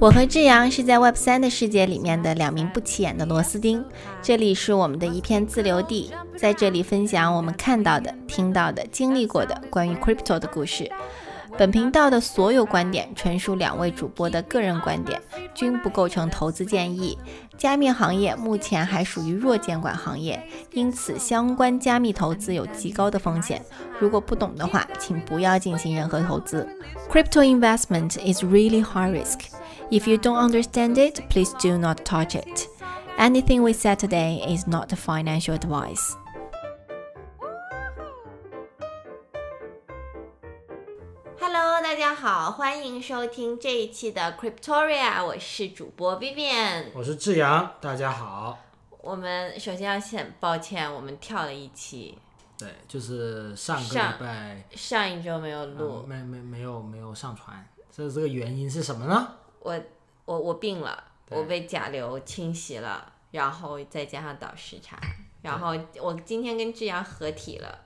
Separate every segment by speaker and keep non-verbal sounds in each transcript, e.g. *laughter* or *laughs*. Speaker 1: 我和志阳是在 Web 三的世界里面的两名不起眼的螺丝钉，这里是我们的一片自留地，在这里分享我们看到的、听到的、经历过的关于 crypto 的故事。本频道的所有观点纯属两位主播的个人观点，均不构成投资建议。加密行业目前还属于弱监管行业，因此相关加密投资有极高的风险。如果不懂的话，请不要进行任何投资。Crypto investment is really high risk. If you don't understand it, please do not touch it. Anything we said today is not financial advice. 大家好，欢迎收听这一期的 Cryptoria，我是主播 Vivian，
Speaker 2: 我是志阳，大家好。
Speaker 1: 我们首先要先抱歉，我们跳了一期。
Speaker 2: 对，就是上个礼拜，
Speaker 1: 上一周没有录，
Speaker 2: 嗯、没没没有没有上传，这这个原因是什么呢？
Speaker 1: 我我我病了，我被甲流侵袭了，然后再加上倒时差，然后我今天跟志阳合体了。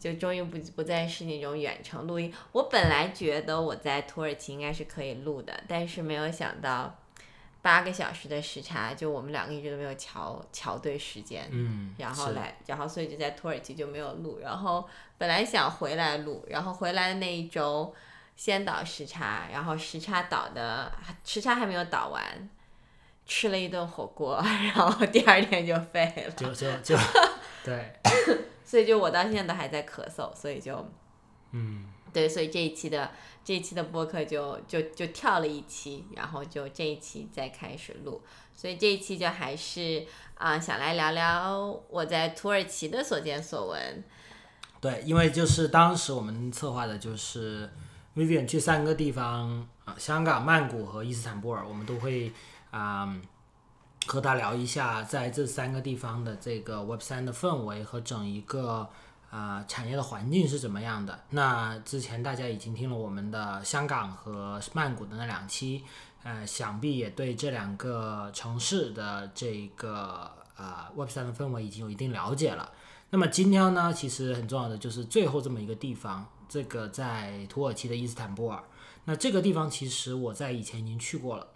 Speaker 1: 就终于不不再是那种远程录音。我本来觉得我在土耳其应该是可以录的，但是没有想到八个小时的时差，就我们两个一直都没有瞧瞧对时间，
Speaker 2: 嗯，
Speaker 1: 然后来，然后所以就在土耳其就没有录。然后本来想回来录，然后回来的那一周先倒时差，然后时差倒的时差还没有倒完，吃了一顿火锅， *laughs* 然后第二天就废了，
Speaker 2: 就就
Speaker 1: *laughs*
Speaker 2: 就对。
Speaker 1: 所以就我到现在都还在咳嗽，所以就，
Speaker 2: 嗯，
Speaker 1: 对，所以这一期的这一期的播客就就就跳了一期，然后就这一期再开始录，所以这一期就还是啊、呃、想来聊聊我在土耳其的所见所闻。
Speaker 2: 对，因为就是当时我们策划的就是 Vivian 去三个地方啊、呃，香港、曼谷和伊斯坦布尔，我们都会啊。呃和他聊一下，在这三个地方的这个 Web 三的氛围和整一个啊、呃、产业的环境是怎么样的。那之前大家已经听了我们的香港和曼谷的那两期，呃，想必也对这两个城市的这个啊、呃、Web 三的氛围已经有一定了解了。那么今天呢，其实很重要的就是最后这么一个地方，这个在土耳其的伊斯坦布尔。那这个地方其实我在以前已经去过了。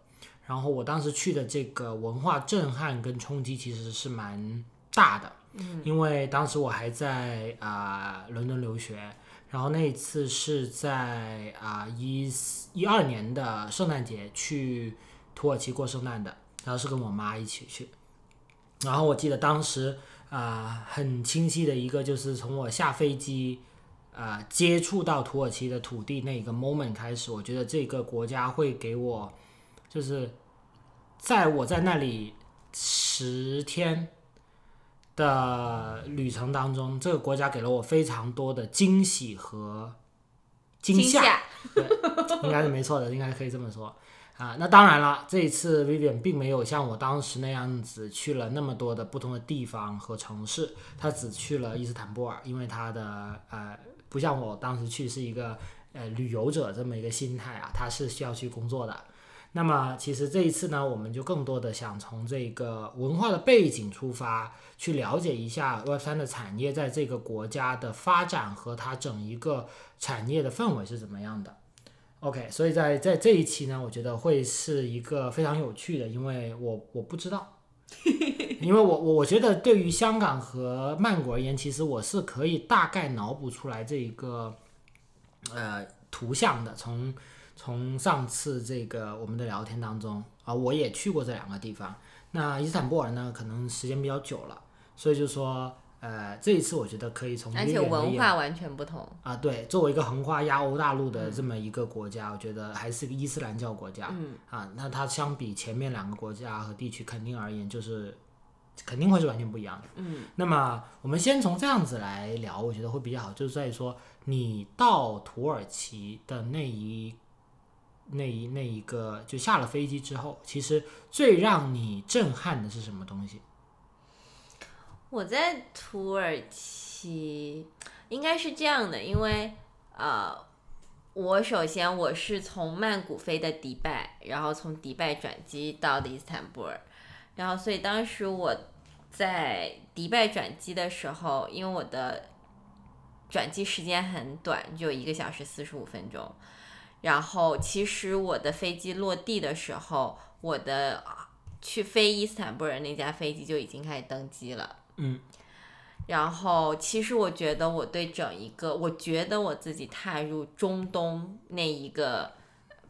Speaker 2: 然后我当时去的这个文化震撼跟冲击其实是蛮大的，
Speaker 1: 嗯，
Speaker 2: 因为当时我还在啊、呃、伦敦留学，然后那一次是在啊一一二年的圣诞节去土耳其过圣诞的，然后是跟我妈一起去，然后我记得当时啊、呃、很清晰的一个就是从我下飞机。呃，接触到土耳其的土地那个 moment 开始，我觉得这个国家会给我。就是在我在那里十天的旅程当中，这个国家给了我非常多的惊喜和惊
Speaker 1: 惊
Speaker 2: 吓，
Speaker 1: 吓
Speaker 2: 对， *laughs* 应该是没错的，应该可以这么说啊。那当然了，这一次 Vivian 并没有像我当时那样子去了那么多的不同的地方和城市，他只去了伊斯坦布尔，因为他的呃，不像我当时去是一个呃旅游者这么一个心态啊，他是需要去工作的。那么其实这一次呢，我们就更多的想从这个文化的背景出发，去了解一下 Web 三的产业在这个国家的发展和它整一个产业的氛围是怎么样的。OK，所以在在这一期呢，我觉得会是一个非常有趣的，因为我我不知道， *laughs* 因为我我我觉得对于香港和曼谷而言，其实我是可以大概脑补出来这一个呃图像的，从。从上次这个我们的聊天当中啊，我也去过这两个地方。那伊斯坦布尔呢，可能时间比较久了，所以就说，呃，这一次我觉得可以从
Speaker 1: 而且文化完全不同
Speaker 2: 啊，对，作为一个横跨亚欧大陆的这么一个国家，嗯、我觉得还是个伊斯兰教国家，
Speaker 1: 嗯
Speaker 2: 啊，那它相比前面两个国家和地区，肯定而言就是肯定会是完全不一样的。
Speaker 1: 嗯，
Speaker 2: 那么我们先从这样子来聊，我觉得会比较好，就是在于说你到土耳其的那一。那一那一个就下了飞机之后，其实最让你震撼的是什么东西？
Speaker 1: 我在土耳其应该是这样的，因为呃，我首先我是从曼谷飞的迪拜，然后从迪拜转机到的伊斯坦布尔，然后所以当时我在迪拜转机的时候，因为我的转机时间很短，就一个小时四十五分钟。然后其实我的飞机落地的时候，我的啊去飞伊斯坦布尔那架飞机就已经开始登机了。
Speaker 2: 嗯，
Speaker 1: 然后其实我觉得我对整一个，我觉得我自己踏入中东那一个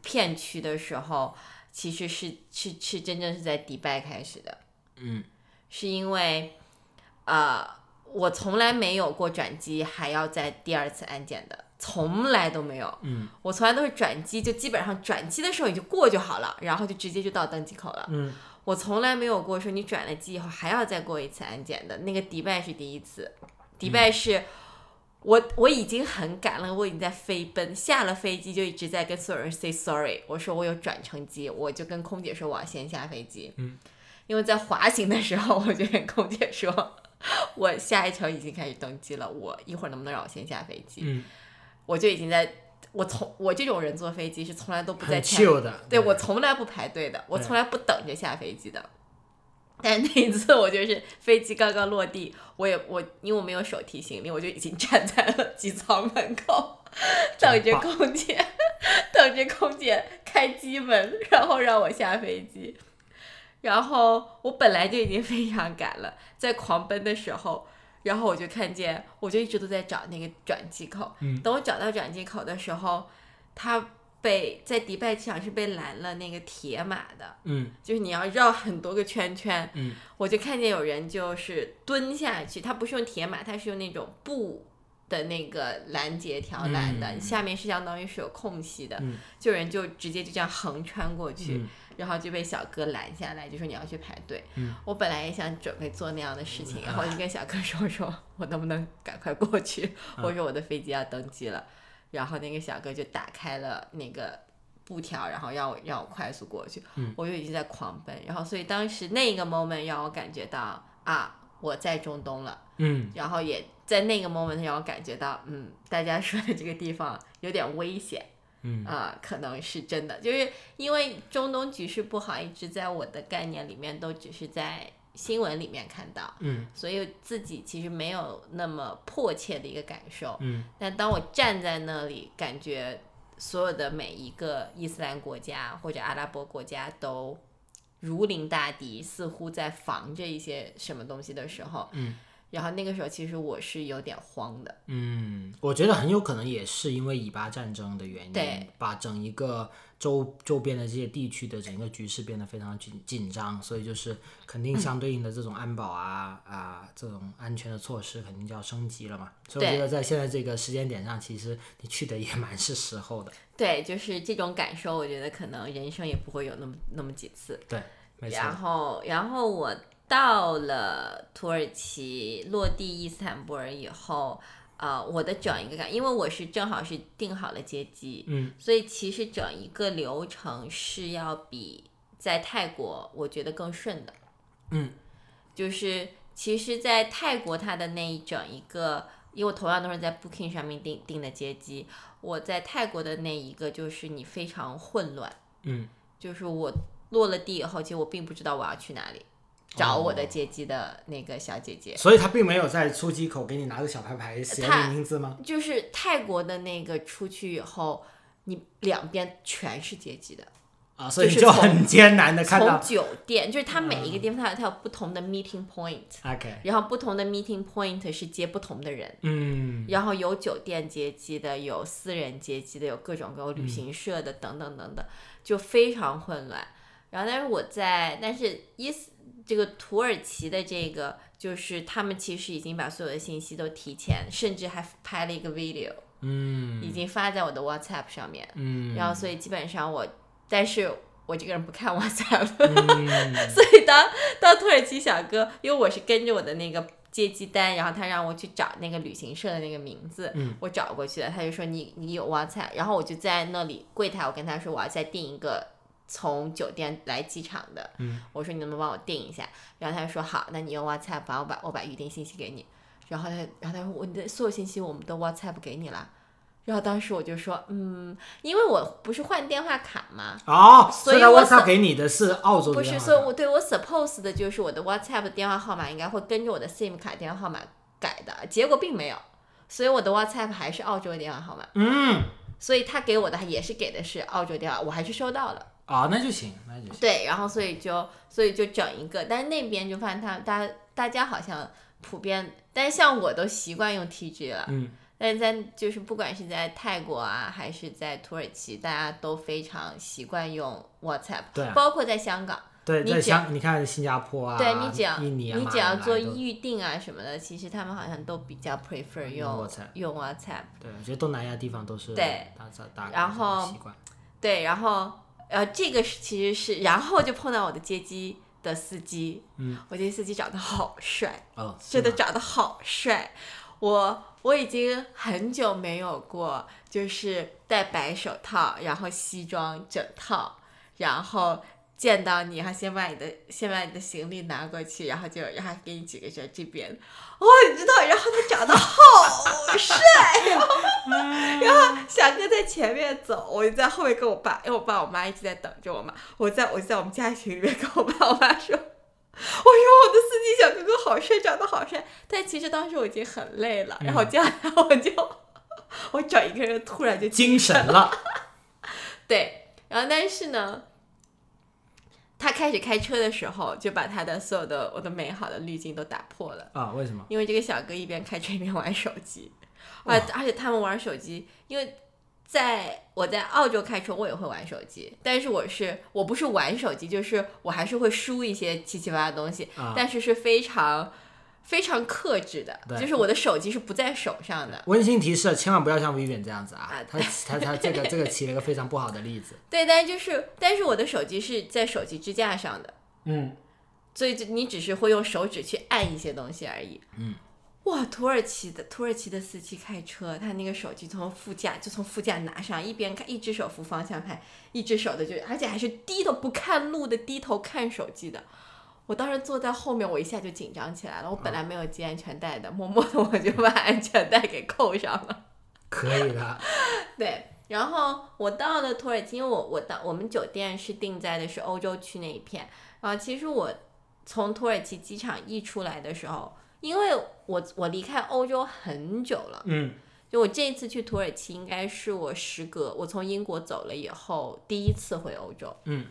Speaker 1: 片区的时候，其实是是是真正是在迪拜开始的。
Speaker 2: 嗯，
Speaker 1: 是因为呃，我从来没有过转机还要在第二次安检的，从来都没有。
Speaker 2: 嗯，
Speaker 1: 我从来都是转机，就基本上转机的时候你就过就好了，然后就直接就到登机口了。
Speaker 2: 嗯，
Speaker 1: 我从来没有过说你转了机以后还要再过一次安检的。那个迪拜是第一次，迪拜
Speaker 2: 嗯
Speaker 1: 是。我我已经很赶了，我已经在飞奔，下了飞机就一直在跟所有人 say sorry。我说我有转乘机，我就跟空姐说我要先下飞机。
Speaker 2: 嗯，
Speaker 1: 因为在滑行的时候，我就跟空姐说， *laughs* 我下一程已经开始登机了，我一会儿能不能让我先下飞机？
Speaker 2: 嗯，
Speaker 1: 我就已经在，我从我这种人坐飞机是从来都不在
Speaker 2: 很
Speaker 1: 前
Speaker 2: chill 的，
Speaker 1: 对我从来不排队的，我
Speaker 2: 对
Speaker 1: 从来不等着下飞机的。但是那一次，我就是飞机刚刚落地，我也我因为我没有手提行李，我就已经站在了机舱门口，等着
Speaker 2: 真棒
Speaker 1: 空姐， *laughs* 等着空姐开机门，然后让我下飞机。然后我本来就已经非常赶了，在狂奔的时候，然后我就看见，我就一直都在找那个转机口。
Speaker 2: 嗯
Speaker 1: 等我找到转机口的时候，它被在迪拜机场是被拦了那个铁马的，
Speaker 2: 嗯
Speaker 1: 就是你要绕很多个圈圈。
Speaker 2: 嗯
Speaker 1: 我就看见有人就是蹲下去，他不是用铁马，他是用那种布的那个拦截条拦的，
Speaker 2: 嗯
Speaker 1: 下面是相当于是有空隙的，
Speaker 2: 嗯
Speaker 1: 就有人就直接就这样横穿过去，
Speaker 2: 嗯
Speaker 1: 然后就被小哥拦下来，就说你要去排队。
Speaker 2: 嗯
Speaker 1: 我本来也想准备做那样的事情，
Speaker 2: 嗯
Speaker 1: 然后我就跟小哥说说，我能不能赶快过去？
Speaker 2: 嗯
Speaker 1: 我说我的飞机要登机了。然后那个小哥就打开了那个布条，然后让我让我快速过去。
Speaker 2: 嗯
Speaker 1: 我就已经在狂奔，然后所以当时那个 moment 让我感觉到啊，我在中东了。
Speaker 2: 嗯
Speaker 1: 然后也在那个 moment 让我感觉到，嗯，大家说的这个地方有点危险。
Speaker 2: 嗯
Speaker 1: 啊、可能是真的，就是因为中东局势不好，一直在我的概念里面都只是在新闻里面看到，
Speaker 2: 嗯
Speaker 1: 所以自己其实没有那么迫切的一个感受。
Speaker 2: 嗯
Speaker 1: 但当我站在那里，感觉所有的每一个伊斯兰国家或者阿拉伯国家都如临大敌，似乎在防着一些什么东西的时候，
Speaker 2: 嗯，
Speaker 1: 然后那个时候其实我是有点慌的，
Speaker 2: 嗯，我觉得很有可能也是因为以巴战争的原因
Speaker 1: 对，
Speaker 2: 把整一个周周边的这些地区的整个局势变得非常紧紧张，所以就是肯定相对应的这种安保啊、
Speaker 1: 嗯
Speaker 2: 啊这种安全的措施肯定就要升级了嘛。所以我
Speaker 1: 对
Speaker 2: 觉得在现在这个时间点上，其实你去的也蛮是时
Speaker 1: *laughs*
Speaker 2: 候的。
Speaker 1: 对，就是这种感受，我觉得可能人生也不会有那么那么几次。
Speaker 2: 对，没错。
Speaker 1: 然后，然后我到了土耳其，落地伊斯坦布尔以后，呃，我的整一个感，因为我是正好是定好了接机，
Speaker 2: 嗯
Speaker 1: 所以其实整一个流程是要比在泰国我觉得更顺的。
Speaker 2: 嗯，
Speaker 1: 就是其实，在泰国它的那一整一个，因为我同样都是在 Booking 上面订订的接机，我在泰国的那一个就是你非常混乱。
Speaker 2: 嗯
Speaker 1: 就是我落了地以后，其实我并不知道我要去哪里，找我
Speaker 2: 哦
Speaker 1: 的接机的那个小姐姐。
Speaker 2: 所以他并没有在出机口给你拿个小牌牌写
Speaker 1: 他
Speaker 2: 你名字吗？
Speaker 1: 就是泰国的那个出去以后，你两边全是接机的， *laughs*
Speaker 2: 啊，所以
Speaker 1: 就
Speaker 2: 你
Speaker 1: 是
Speaker 2: 就
Speaker 1: 从
Speaker 2: 很艰难哎的看
Speaker 1: 从
Speaker 2: 到。嗯
Speaker 1: 酒店，就是它每一个地方它有它有不同的 meeting point，
Speaker 2: OK，
Speaker 1: 然后不同的 meeting point 是接不同的人。
Speaker 2: 嗯
Speaker 1: 然后有酒店接机的，有私人接机的，有各种各种旅行社的，等等等等，就非常混乱。然后，但是我在，但是伊斯这个土耳其的这个，就是他们其实已经把所有的信息都提前，甚至还拍了一个 video，
Speaker 2: 嗯
Speaker 1: 已经发在我的 WhatsApp 上面。
Speaker 2: 嗯，
Speaker 1: 然后，所以基本上我，但是我这个人不看 WhatsApp，
Speaker 2: 嗯
Speaker 1: *laughs* 所以当当土耳其小哥，因为我是跟着我的那个接机单，然后他让我去找那个旅行社的那个名字，
Speaker 2: 嗯
Speaker 1: 我找过去了，他就说你你有 WhatsApp，然后我就在那里柜台，我跟他说我要再订一个从酒店来机场的，
Speaker 2: 嗯
Speaker 1: 我说你能不能帮我订一下，然后他就说好，那你用 WhatsApp 吧，我把我把预订信息给你，然后他然后他说我的所有信息我们都 WhatsApp 给你了。然后当时我就说，嗯，因为我不是换电话卡嘛，
Speaker 2: 哦，
Speaker 1: 所以
Speaker 2: 他
Speaker 1: 我
Speaker 2: WhatsApp
Speaker 1: 所
Speaker 2: 给你的是澳洲的
Speaker 1: 不
Speaker 2: 电
Speaker 1: 是，
Speaker 2: 话
Speaker 1: 所以
Speaker 2: 卡
Speaker 1: 我对我 suppose 的就是我的 WhatsApp 电话号码应该会跟着我的 SIM 卡电话号码改的，结果并没有，所以我的 WhatsApp 还是澳洲的电话号码。
Speaker 2: 嗯，
Speaker 1: 所以他给我的也是给的是澳洲电话，我还是收到了。
Speaker 2: 啊，那就行，那就行。
Speaker 1: 对，然后所以就所以就整一个，但是那边就发现他大大家好像普遍，但是像我都习惯用 TG 了，
Speaker 2: 嗯，
Speaker 1: 但是在就是不管是在泰国啊，还是在土耳其，大家都非常习惯用 WhatsApp，、
Speaker 2: 对啊
Speaker 1: 包括在香港，
Speaker 2: 对，
Speaker 1: 你
Speaker 2: 在
Speaker 1: 只要
Speaker 2: 香，你看新加坡啊，
Speaker 1: 对你只要
Speaker 2: 印尼啊，
Speaker 1: 你只要做
Speaker 2: 一，
Speaker 1: 预定啊什么的，其实他们好像都比较 prefer
Speaker 2: 用
Speaker 1: 用
Speaker 2: WhatsApp
Speaker 1: 用 WhatsApp。
Speaker 2: 对，我觉得东南亚地方都是
Speaker 1: 对
Speaker 2: 大家大
Speaker 1: 然后
Speaker 2: 习惯，
Speaker 1: 对，然后呃，这个是其实是，然后就碰到我的接机的司机，
Speaker 2: 嗯，
Speaker 1: 我接机司机长得好帅，
Speaker 2: 哦，是
Speaker 1: 真的
Speaker 2: 吗
Speaker 1: 长得好帅，我我已经很久没有过，就是戴白手套，然后西装整套，然后。见到你，还先把你的先把你的行李拿过去，然后就然后给你几个在这边，哦，你知道，然后他长得好帅，哦 *laughs* 哎小哥在前面走，我就在后面跟我爸，因哎为我爸我妈一直在等着我嘛。我在我就在我们家群里面跟我爸我妈说，我说我的司机小哥哥好帅，长得好帅。但其实当时我已经很累了，然后接下来我就我整一个人突然就
Speaker 2: 精神了， *laughs*
Speaker 1: 对，然后但是呢，他开始开车的时候就把他的所有的我的美好的滤镜都打破了。
Speaker 2: 啊？为什么？
Speaker 1: 因为这个小哥一边开车一边玩手机，而而且他们玩手机，因为在我在澳洲开车，我也会玩手机，但是我是我不是玩手机，就是我还是会输一些七七八八的东西，
Speaker 2: 啊
Speaker 1: 但是是非常非常克制的，
Speaker 2: 对
Speaker 1: 就是我的手机是不在手上的。
Speaker 2: 温馨提示，千万不要像 Vivian 这样子啊
Speaker 1: 啊！
Speaker 2: 他他他这个这个起了一个非常不好的例
Speaker 1: *laughs*
Speaker 2: 子。
Speaker 1: 对，但是就是但是我的手机是在手机支架上的，
Speaker 2: 嗯，
Speaker 1: 所以就你只是会用手指去按一些东西而已。
Speaker 2: 嗯，
Speaker 1: 哇，土耳其的土耳其的司机开车，他那个手机从副驾就从副驾拿上，一边看一只手扶方向盘，一只手的就而且还是低头不看路的低头看手机的。我当时坐在后面，我一下就紧张起来了。我本来没有系安全带的，默默的我就把安全带给扣上了。
Speaker 2: 可以的。
Speaker 1: 对，然后我到了土耳其，因为我我到我们酒店是定在的是欧洲区那一片。然后其实我从土耳其机场一出来的时候，因为我我离开欧洲很久了，
Speaker 2: 嗯
Speaker 1: 就我这一次去土耳其应该是我时隔我从英国走了以后第一次回欧洲，
Speaker 2: 嗯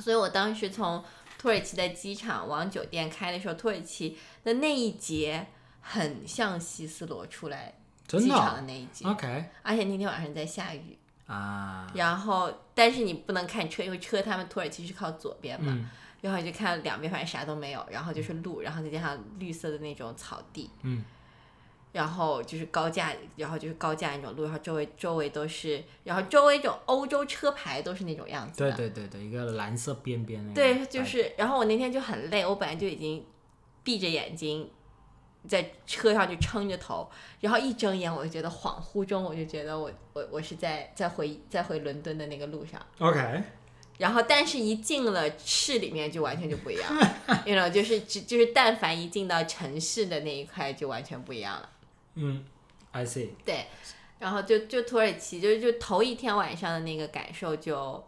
Speaker 1: 所以我当时从土耳其的机场往酒店开的时候，土耳其的那一节很像希斯罗出来
Speaker 2: 真
Speaker 1: 机
Speaker 2: 的
Speaker 1: 场
Speaker 2: 哦
Speaker 1: 的那一节，
Speaker 2: ？OK
Speaker 1: 而且那天晚上在下雨。
Speaker 2: 啊，
Speaker 1: 然后，但是你不能看车，因为车他们土耳其是靠左边嘛，
Speaker 2: 嗯
Speaker 1: 然后就看两边反正啥都没有，然后就是路，然后再加上绿色的那种草地，
Speaker 2: 嗯
Speaker 1: 然后就是高架，然后就是高架那种路，然后周围周围都是，然后周围这种欧洲车牌都是那种样子
Speaker 2: 对
Speaker 1: 的，
Speaker 2: 对对对，一个蓝色边边那个白。
Speaker 1: 对，就是，然后我那天就很累，我本来就已经闭着眼睛在车上就撑着头，然后一睁眼我就觉得恍惚中我就觉得我我我是在在回在回伦敦的那个路上。
Speaker 2: OK。
Speaker 1: 然后，但是一进了市里面就完全就不一样了 *laughs* ，you know，就是只就是但凡一进到城市的那一块就完全不一样了。
Speaker 2: 嗯，I see。
Speaker 1: 对，然后就就土耳其，就就头一天晚上的那个感受就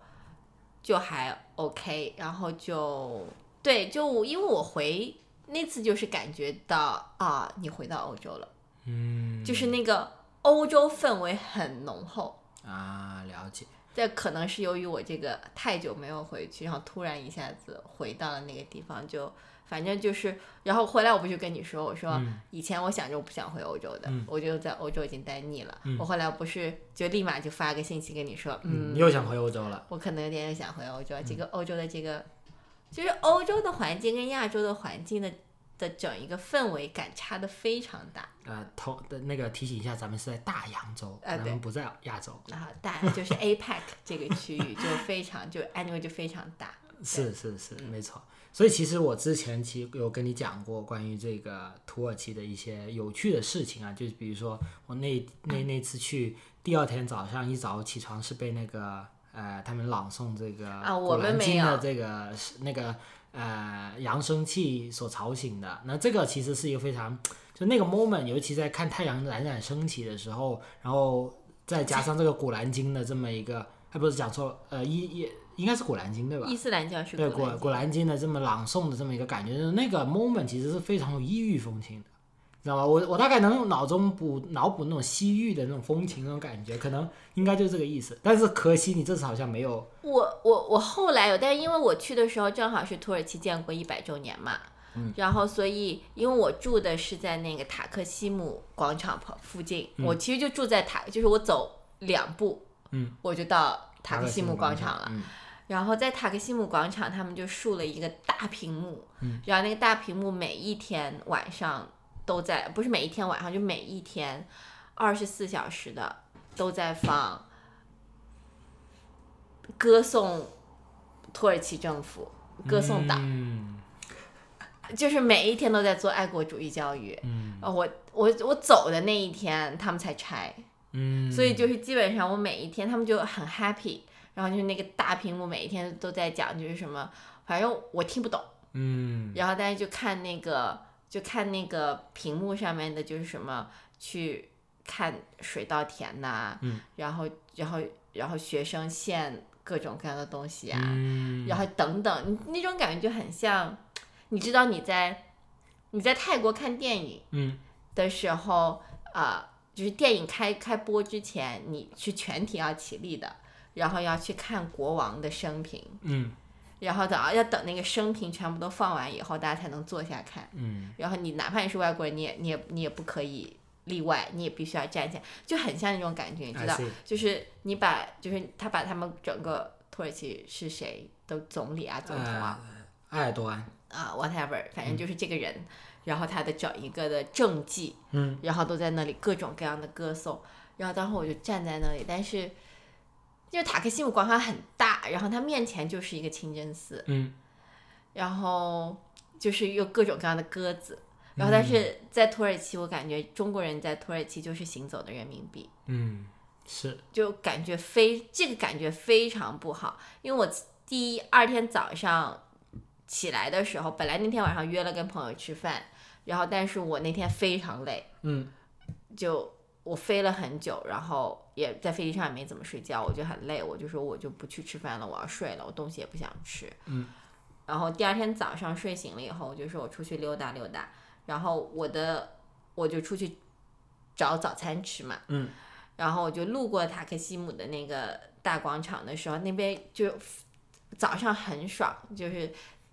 Speaker 1: 就还 OK，然后就对，就因为我回那次就是感觉到啊，你回到欧洲了，
Speaker 2: 嗯
Speaker 1: 就是那个欧洲氛围很浓厚。
Speaker 2: 啊，了解。
Speaker 1: 这可能是由于我这个太久没有回去，然后突然一下子回到了那个地方，就反正就是，然后回来我不就跟你说，我说
Speaker 2: 嗯
Speaker 1: 以前我想着我不想回欧洲的，我就在欧洲已经待腻了。我后来不是就立马就发个信息跟你说，嗯，
Speaker 2: 嗯，又想嗯回欧洲了。
Speaker 1: 我可能有点想回欧洲，这个欧洲的这个，就是欧洲的环境跟亚洲的环境的的整一个氛围感差的非常大。
Speaker 2: 呃，头的那个提醒一下，咱们是在大洋洲，
Speaker 1: 哎
Speaker 2: 咱
Speaker 1: 对
Speaker 2: 们不在亚洲。
Speaker 1: 然后大就是
Speaker 2: *laughs*
Speaker 1: APEC 这个区域就非常就 annual 就非常大，
Speaker 2: 是是是，没错。所以其实我之前其实有跟你讲过关于这个土耳其的一些有趣的事情啊，就是比如说我那那那次去，第二天早上一早起床是被那个呃他们朗诵这个
Speaker 1: 啊我
Speaker 2: 古
Speaker 1: 们
Speaker 2: 兰
Speaker 1: 没
Speaker 2: 经的
Speaker 1: 有
Speaker 2: 这个是那个呃扬声器所吵醒的。那这个其实是一个非常就那个 moment，尤其在看太阳冉冉升起的时候，然后再加上这个古兰经的这么一个，哎不是讲错了，呃一一应该是古兰经对吧？
Speaker 1: 伊斯兰教是
Speaker 2: 对
Speaker 1: 古
Speaker 2: 古
Speaker 1: 兰经
Speaker 2: 古兰经的这么朗诵的这么一个感觉，那个 moment 其实是非常有异域风情的，知道吧？我我大概能用脑中补脑补那种西域的那种风情那种感觉，可能应该就是这个意思。但是可惜你这次好像没有，
Speaker 1: 我我我后来有，但是因为我去的时候正好是土耳其建国一百周年嘛，
Speaker 2: 嗯
Speaker 1: 然后所以因为我住的是在那个塔克西姆广场旁附近，
Speaker 2: 嗯
Speaker 1: 我其实就住在塔，就是我走两步，
Speaker 2: 嗯，
Speaker 1: 我就到塔
Speaker 2: 达
Speaker 1: 克
Speaker 2: 克
Speaker 1: 西姆
Speaker 2: 姆
Speaker 1: 广
Speaker 2: 场
Speaker 1: 场了。
Speaker 2: 嗯
Speaker 1: 然后在塔克西姆广场，他们就竖了一个大屏幕，然后那个大屏幕每一天晚上都在，不是每一天晚上，就每一天二十四小时的都在放歌颂土耳其政府、歌颂党，
Speaker 2: 嗯
Speaker 1: 就是每一天都在做爱国主义教育。
Speaker 2: 嗯
Speaker 1: 呃我我我走的那一天，他们才拆。
Speaker 2: 嗯，
Speaker 1: 所以就是基本上我每一天他们就很 happy，然后就是那个大屏幕每一天都在讲就是什么，反正我听不懂，
Speaker 2: 嗯
Speaker 1: 然后但是就看那个就看那个屏幕上面的就是什么去看水稻田呐、
Speaker 2: 嗯
Speaker 1: 然后然后然后学生献各种各样的东西啊，
Speaker 2: 嗯，
Speaker 1: 然后等等，你那种感觉就很像，你知道你在你在泰国看电影。
Speaker 2: 嗯
Speaker 1: 的时候，啊，就是电影开开播之前，你是全体要起立的，然后要去看国王的生平，
Speaker 2: 嗯
Speaker 1: 然后等啊要等那个生平全部都放完以后，大家才能坐下看。
Speaker 2: 嗯
Speaker 1: 然后你哪怕你是外国人，你也你也你也不可以例外，你也必须要站起来，就很像那种感觉，你知
Speaker 2: ，I
Speaker 1: 道，
Speaker 2: see，
Speaker 1: 就是你把就是他把他们整个土耳其是谁的总理啊、总统啊、
Speaker 2: 埃尔多安，
Speaker 1: 啊，whatever，反正就是这个人，然后他的整一个的政绩，
Speaker 2: 嗯，
Speaker 1: 然后都在那里各种各样的歌颂，然后当时我就站在那里，但是因为塔克西姆广场很大，然后它面前就是一个清真寺，
Speaker 2: 嗯
Speaker 1: 然后就是有各种各样的鸽子，
Speaker 2: 嗯
Speaker 1: 然后但是在土耳其，我感觉中国人在土耳其就是行走的人民币，
Speaker 2: 嗯是，
Speaker 1: 就感觉非这个感觉非常不好，因为我第一二天早上起来的时候，本来那天晚上约了跟朋友吃饭，然后但是我那天非常累，
Speaker 2: 嗯
Speaker 1: 就我飞了很久，然后也在飞机上也没怎么睡觉，我就很累，我就说我就不去吃饭了，我要睡了，我东西也不想吃，
Speaker 2: 嗯，
Speaker 1: 然后第二天早上睡醒了以后，我就说我出去溜达溜达，然后我的我就出去找早餐吃嘛，
Speaker 2: 嗯
Speaker 1: 然后我就路过塔克西姆的那个大广场的时候，那边就早上很爽，就是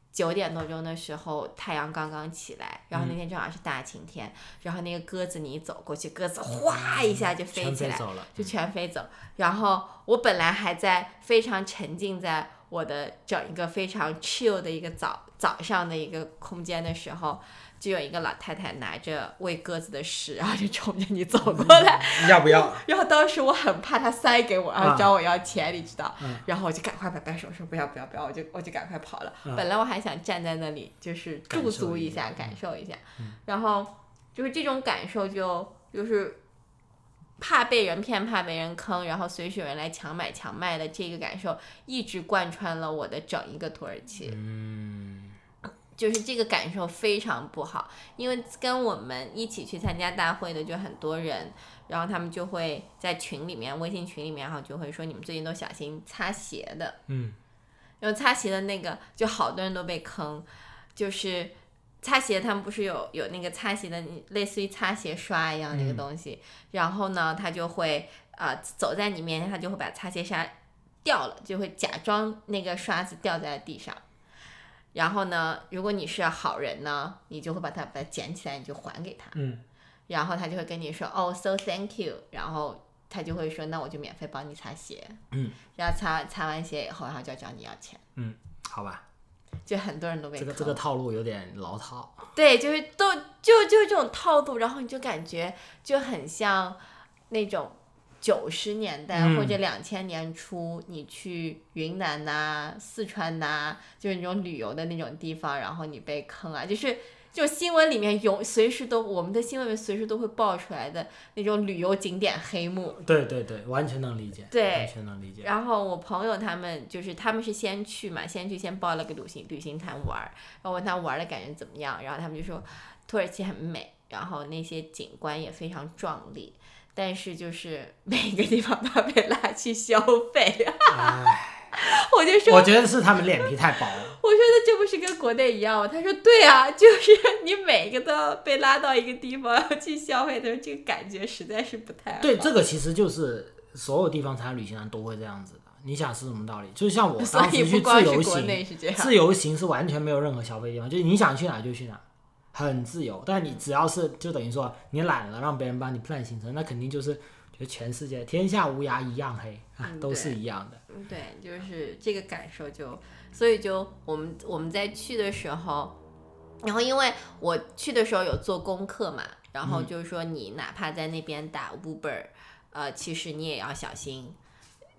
Speaker 1: 九点多钟的时候，太阳刚刚起来，然
Speaker 2: 嗯
Speaker 1: 后那天正好是大晴天，然后那个鸽子你一走过去，鸽子哗一下就飞
Speaker 2: 全
Speaker 1: 起
Speaker 2: 飞
Speaker 1: 来，
Speaker 2: 走了，
Speaker 1: 就全飞走。然后我本来还在非常沉浸在我的整一个非常 chill 的一个早早上的一个空间的时候，就有一个老太太拿着喂鸽子的食，然后就冲着你走过来，
Speaker 2: 要不要？
Speaker 1: 然后当时我很怕他塞给我，然后
Speaker 2: 啊
Speaker 1: 找我要钱，你知道
Speaker 2: 嗯？
Speaker 1: 然后我就赶快摆摆手说不要不要不要，我就我就赶快跑了
Speaker 2: 嗯。
Speaker 1: 本来我还想站在那里就是驻足一下，嗯感
Speaker 2: 感
Speaker 1: 受一下，然后就是这种感受就就是怕被人骗，怕被人坑，然后随时有人来强买强卖的这个感受，一直贯穿了我的整一个土耳其。
Speaker 2: 嗯
Speaker 1: 就是这个感受非常不好，因为跟我们一起去参加大会的就很多人，然后他们就会在群里面、微信群里面，然后就会说你们最近都小心擦鞋的，
Speaker 2: 嗯
Speaker 1: 然后擦鞋的那个就好多人都被坑，就是擦鞋他们不是有有那个擦鞋的类似于擦鞋刷一样那个
Speaker 2: 嗯
Speaker 1: 东西，然后呢他就会啊、呃走在你面前，他就会把擦鞋刷掉了，就会假装那个刷子掉在地上。然后呢，如果你是好人呢，你就会把它把它捡起来，你就还给他，
Speaker 2: 嗯
Speaker 1: 然后他就会跟你说哦、so thank you，然后他就会说那我就免费帮你擦鞋，
Speaker 2: 嗯，
Speaker 1: 然后擦擦完鞋以后，然后就要找你要钱。
Speaker 2: 嗯，好吧，
Speaker 1: 就很多人都被
Speaker 2: 这
Speaker 1: 坑。
Speaker 2: 个这个套路有点老套，
Speaker 1: 对，就是都就就是这种套路，然后你就感觉就很像那种九十年代
Speaker 2: 嗯
Speaker 1: 或者两千年初，你去云南呐、四川呐、就是那种旅游的那种地方，然后你被坑啊，就是。就新闻里面有随时都，我们的新闻里面随时都会爆出来的那种旅游景点黑幕，
Speaker 2: 对对对，完全能理解，
Speaker 1: 对
Speaker 2: 完全能理解，
Speaker 1: 然后我朋友他们就是他们是先去嘛，先去先报了个旅行旅行团玩儿，然后问他玩儿的感觉怎么样，然后他们就说土耳其很美，然后那些景观也非常壮丽，但是就是 *laughs* 每个地方都被拉去消费，
Speaker 2: 哎，
Speaker 1: 我就说
Speaker 2: 我觉得是他们脸皮太薄了，
Speaker 1: 我说的这不是跟国内一样吗？他说对啊，就是你每个都要被拉到一个地方 *laughs* 去消费，他说这个感觉实在是不太好。
Speaker 2: 对，这个其实就是所有地方参加旅行团都会这样子的。你想是什么道理？就是像我
Speaker 1: *laughs* 所
Speaker 2: 当
Speaker 1: 以
Speaker 2: 时
Speaker 1: 不
Speaker 2: 去
Speaker 1: 光是
Speaker 2: 自由
Speaker 1: 国
Speaker 2: 行
Speaker 1: 内，啊是这样，
Speaker 2: 自由行是完全没有任何消费地方，就是你想去哪就去哪，很自由。但你只要是就等于说你懒了，让别人帮你 plan 行程，那肯定就是觉得全世界天下乌鸦一样黑啊
Speaker 1: 嗯，
Speaker 2: 都
Speaker 1: 对
Speaker 2: 是一样的。
Speaker 1: 嗯对，就是这个感受就，所以就我们我们在去的时候，然后因为我去的时候有做功课嘛，然
Speaker 2: 嗯
Speaker 1: 后就是说你哪怕在那边打 Uber，呃，其实你也要小心，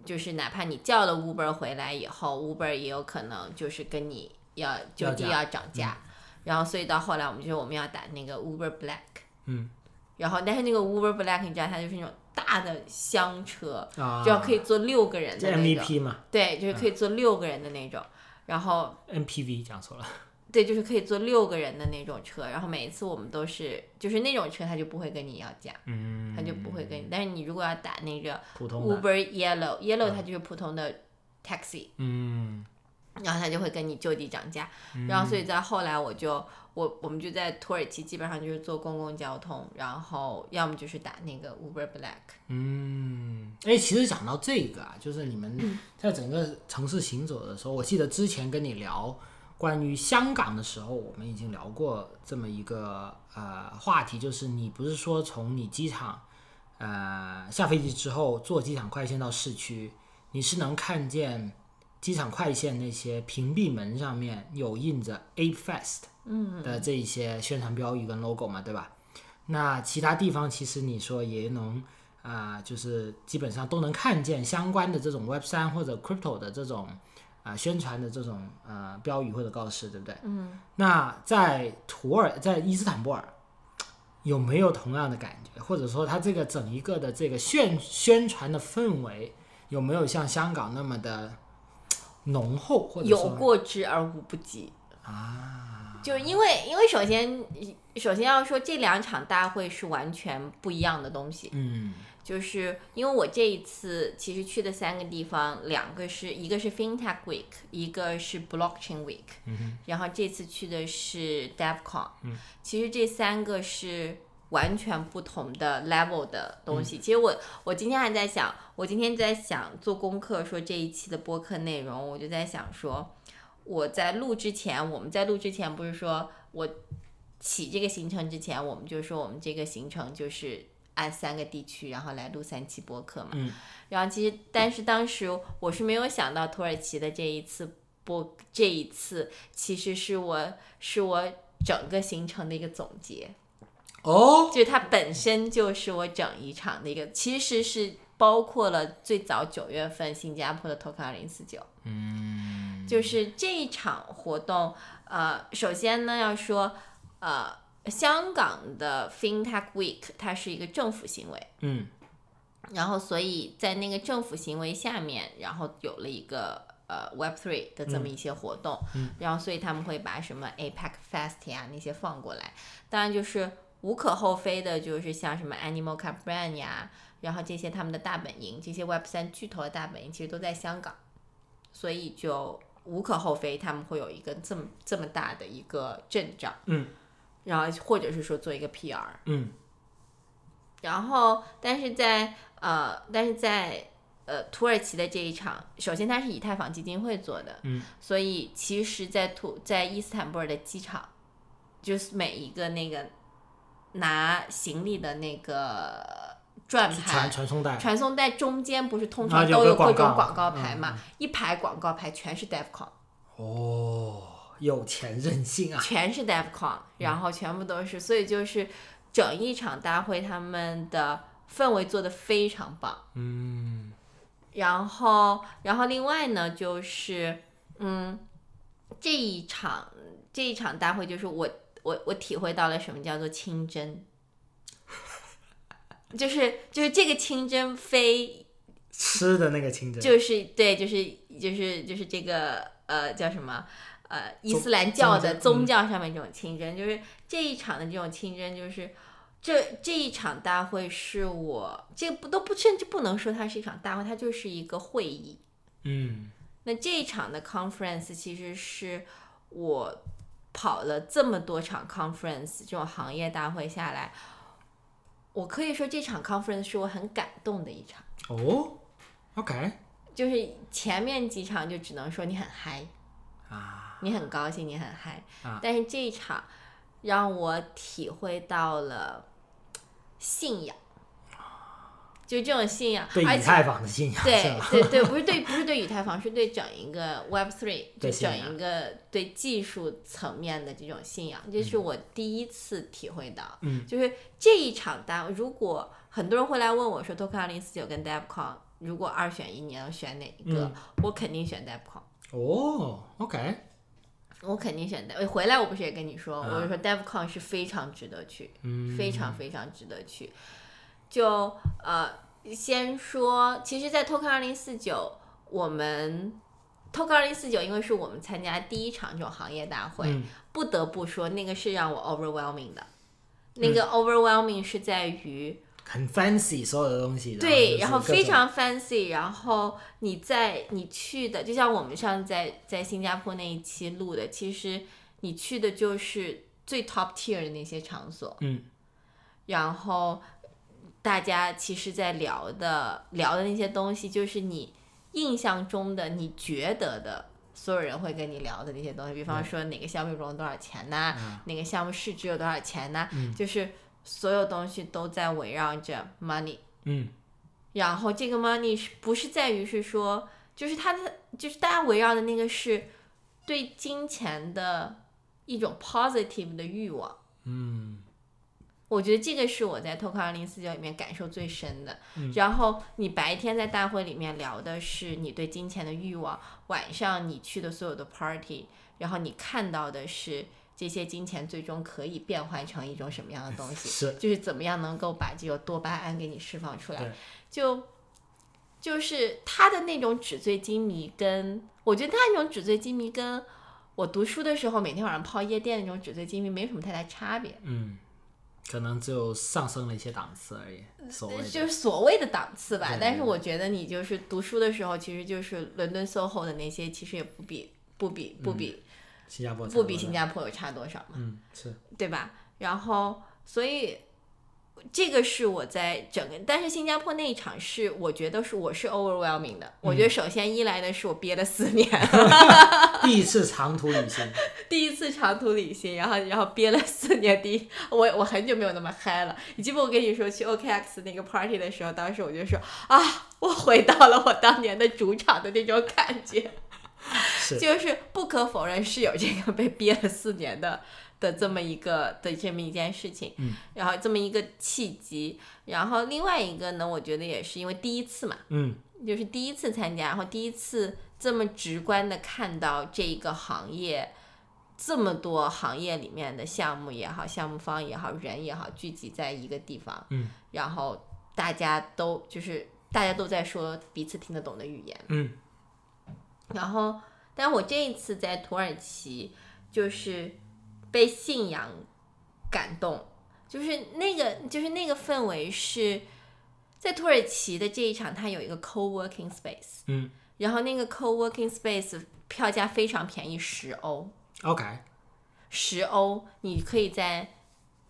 Speaker 1: 就是哪怕你叫了 Uber 回来以后，Uber 也有可能就是跟你要就
Speaker 2: 要
Speaker 1: 地
Speaker 2: 价嗯
Speaker 1: 要涨价，然后所以到后来我们就我们要打那个 Uber Black，
Speaker 2: 嗯
Speaker 1: 然后但是那个 Uber Black 你知道它就是那种大的厢车，
Speaker 2: 啊，
Speaker 1: 嗯就要可以坐六个人
Speaker 2: 这
Speaker 1: 的那种。
Speaker 2: MVP 嘛
Speaker 1: 对，就是可以坐六个人的那种，然后
Speaker 2: ，MPV 讲错了。
Speaker 1: 对，就是可以坐六个人的那种车，然后每一次我们都是就是那种车，他就不会跟你要价，
Speaker 2: 嗯，
Speaker 1: 他就不会跟你，但是你如果要打那个
Speaker 2: 普通的，
Speaker 1: Uber Yellow Yellow，它就是普通的 taxi，
Speaker 2: 嗯
Speaker 1: 然后他就会跟你就地涨价，然后所以在后来我就我我们就在土耳其基本上就是坐公共交通，然后要么就是打那个 Uber Black，
Speaker 2: 嗯，哎，其实讲到这个啊，就是你们在整个城市行走的时候，我记得之前跟你聊关于香港的时候，我们已经聊过这么一个呃话题，就是你不是说从你机场呃下飞机之后坐机场快线到市区，你是能看见机场快线那些屏蔽门上面有印着 A Fest
Speaker 1: 嗯
Speaker 2: 的这一些宣传标语跟 logo 嘛，对吧？那其他地方其实你说也能啊、就是基本上都能看见相关的这种 Web 三或者 Crypto 的这种啊、宣传的这种呃标语或者告示，对不对？嗯。那在土耳在伊斯坦布尔有没有同样的感觉，或者说它这个整一个的这个宣宣传的氛围有没有像香港那么的浓厚，或者
Speaker 1: 有
Speaker 2: 说
Speaker 1: 过之而无不及。
Speaker 2: 啊？
Speaker 1: 就是因为，因为首先，首先要说这两场大会是完全不一样的东西。
Speaker 2: 嗯
Speaker 1: 就是因为我这一次其实去的三个地方，两个是一个是 FinTech Week，一个是 Blockchain Week，、然后这次去的是 DevCon，、其实这三个是完全不同的 level 的东西。其实我我今天还在想，我今天在想做功课，说这一期的播客内容，我就在想说，我在录之前，我们在录之前不是说我起这个行程之前，我们就说我们这个行程就是按三个地区，然后来录三期播客嘛。
Speaker 2: 嗯
Speaker 1: 然后其实，但是当时我是没有想到土耳其的这一次播，这一次其实是我是我整个行程的一个总结，
Speaker 2: 哦，
Speaker 1: 就是它本身就是我整一场的一个，其实是包括了最早九月份新加坡的 t o k 2零四九。
Speaker 2: 嗯，
Speaker 1: 就是这一场活动，呃，首先呢要说，呃，香港的 FinTech Week 它是一个政府行为，
Speaker 2: 嗯
Speaker 1: 然后所以在那个政府行为下面，然后有了一个呃 Web Three 的这么一些活动，
Speaker 2: 嗯
Speaker 1: 然后所以他们会把什么 APEC Fest 呀那些放过来，当然就是无可厚非的，就是像什么 Animal c a p r a n 呀，然后这些他们的大本营，这些 Web 三巨头的大本营其实都在香港，所以就无可厚非，他们会有一个这么这么大的一个阵仗，
Speaker 2: 嗯，
Speaker 1: 然后或者是说做一个 PR，
Speaker 2: 嗯
Speaker 1: 然后，但是在呃，但是在呃土耳其的这一场，首先它是以太坊基金会做的，
Speaker 2: 嗯，
Speaker 1: 所以其实，在土在伊斯坦布尔的机场，就是每一个那个拿行李的那个转
Speaker 2: 传
Speaker 1: 盘。
Speaker 2: 传送带，
Speaker 1: 传送带中间不是通
Speaker 2: 啊
Speaker 1: 常
Speaker 2: 有
Speaker 1: 都
Speaker 2: 个
Speaker 1: 有各
Speaker 2: 广
Speaker 1: 种
Speaker 2: 告
Speaker 1: 广告
Speaker 2: 嗯
Speaker 1: 牌嘛？一排广告牌全是
Speaker 2: *laughs*
Speaker 1: DevCon，
Speaker 2: 哦，有钱任性啊！
Speaker 1: 全是 DevCon，然后全部都是，所以就是整一场大会他们的氛围做得非常棒。
Speaker 2: 嗯
Speaker 1: 然后，然后另外呢，就是嗯，这一场这一场大会，就是我我我体会到了什么叫做清真， *laughs* 就是就是这个清真非，
Speaker 2: 吃的那个清真，
Speaker 1: 就是对，就是就是就是这个呃叫什么呃伊
Speaker 2: 宗
Speaker 1: 斯兰教的宗
Speaker 2: 宗
Speaker 1: 教上面这种清真，就是这一场的这种清真，就是。这这一场大会是我这不都不甚至不能说它是一场大会，它就是一个会议，
Speaker 2: 嗯
Speaker 1: 那这一场的 conference 其实是我跑了这么多场 conference 这种行业大会下来，我可以说这场 conference 是我很感动的一场。
Speaker 2: 哦，OK
Speaker 1: 就是前面几场就只能说你很嗨，
Speaker 2: 啊，
Speaker 1: 你很高兴，你很嗨。
Speaker 2: 啊
Speaker 1: 但是这一场让我体会到了信仰，就这种信仰，
Speaker 2: 对
Speaker 1: 而
Speaker 2: 以
Speaker 1: 且
Speaker 2: 太坊的信仰是
Speaker 1: 对
Speaker 2: 吧？
Speaker 1: 对对，不是对不是对以太坊，是对整一个 Web Three，就
Speaker 2: 对信
Speaker 1: 整
Speaker 2: 仰
Speaker 1: 一个对技术层面的这种信仰，这是我第一次体会到。
Speaker 2: 嗯，
Speaker 1: 就是这一场单，如果很多人会来问我说 t o k e n 二零四九跟 DevCon，如果二选一，你要选哪一个？
Speaker 2: 嗯
Speaker 1: 我肯定选 DevCon。
Speaker 2: 哦，OK，
Speaker 1: 我肯定选 Dev。回来我不是也跟你说，
Speaker 2: 啊
Speaker 1: 我就说 DevCon 是非常值得去，
Speaker 2: 嗯，
Speaker 1: 非常非常值得去。就呃，先说，其实，在 Token 二零四九，我们 Token 二零四九，因为是我们参加第一场这种行业大会，
Speaker 2: 嗯
Speaker 1: 不得不说，那个是让我 overwhelming 的。那
Speaker 2: 嗯
Speaker 1: 个 overwhelming 是在于、
Speaker 2: 很 fancy 所有的东西，
Speaker 1: 对，
Speaker 2: 然
Speaker 1: 然后
Speaker 2: 就是各
Speaker 1: 非
Speaker 2: 种
Speaker 1: 常 fancy，然后你在你去的，就像我们上次在在新加坡那一期录的，其实你去的就是最 top tier 的那些场所，
Speaker 2: 嗯
Speaker 1: 然后大家其实在聊的聊的那些东西，就是你印象中的、你觉得的。所有人会跟你聊的那些东西，比方说哪个项目融了多少钱呐、
Speaker 2: 嗯
Speaker 1: 哪个项目市值有多少钱呐、
Speaker 2: 嗯
Speaker 1: 就是所有东西都在围绕着 money
Speaker 2: 嗯
Speaker 1: 然后这个 money 是不是在于是说，就是它的就是大家围绕的那个是对金钱的一种 positive 的欲望。
Speaker 2: 嗯
Speaker 1: 我觉得这个是我在 Token 二零四九里面感受最深的。
Speaker 2: 嗯
Speaker 1: 然后你白天在大会里面聊的是你对金钱的欲望，晚上你去的所有的 party，然后你看到的是这些金钱最终可以变换成一种什么样的东西。
Speaker 2: 是
Speaker 1: 就是怎么样能够把这个多巴胺给你释放出
Speaker 2: 对
Speaker 1: 来，就就是他的那种纸醉金迷跟，我觉得他那种纸醉金迷跟我读书的时候每天晚上泡夜店那种纸醉金迷没什么太大差别，
Speaker 2: 嗯，可能就上升了一些档次而已，所谓
Speaker 1: 呃就
Speaker 2: 的
Speaker 1: 是所谓的档次吧
Speaker 2: 对。
Speaker 1: 但是我觉得你就是读书的时候，其实就是伦敦 SOHO 的那些，其实也不比不比不比、
Speaker 2: 新加坡
Speaker 1: 不比
Speaker 2: 嗯差
Speaker 1: 新
Speaker 2: 多了
Speaker 1: 加坡有差多少嘛。
Speaker 2: 嗯是
Speaker 1: 对吧？然后，所以这个是我在整个，但是新加坡那一场是我觉得是我是 overwhelming 的。我觉得首先一来的是我憋了四年， *laughs*
Speaker 2: 第一次长途旅行，
Speaker 1: 第一次长途旅行，然后然后憋了四年，第一我我很久没有那么嗨了。你记不？我跟你说去 OKX 那个 party 的时候，当时我就说啊，我回到了我当年的主场的那种感觉。
Speaker 2: 是
Speaker 1: 就是不可否认是有这个被憋了四年的的这么一个的这么一件事情，
Speaker 2: 嗯
Speaker 1: 然后这么一个契机，然后另外一个呢，我觉得也是因为第一次嘛，
Speaker 2: 嗯
Speaker 1: 就是第一次参加，然后第一次这么直观的看到这一个行业。这么多行业里面的项目也好，项目方也好，人也好，聚集在一个地方，
Speaker 2: 嗯
Speaker 1: 然后大家都就是大家都在说彼此听得懂的语言，
Speaker 2: 嗯
Speaker 1: 然后，但我这一次在土耳其就是被信仰感动，就是那个就是那个氛围是在土耳其的这一场，它有一个 co-working space，
Speaker 2: 嗯
Speaker 1: 然后那个 co-working space 票价非常便宜，十欧，
Speaker 2: ，OK，
Speaker 1: 十欧，你可以在。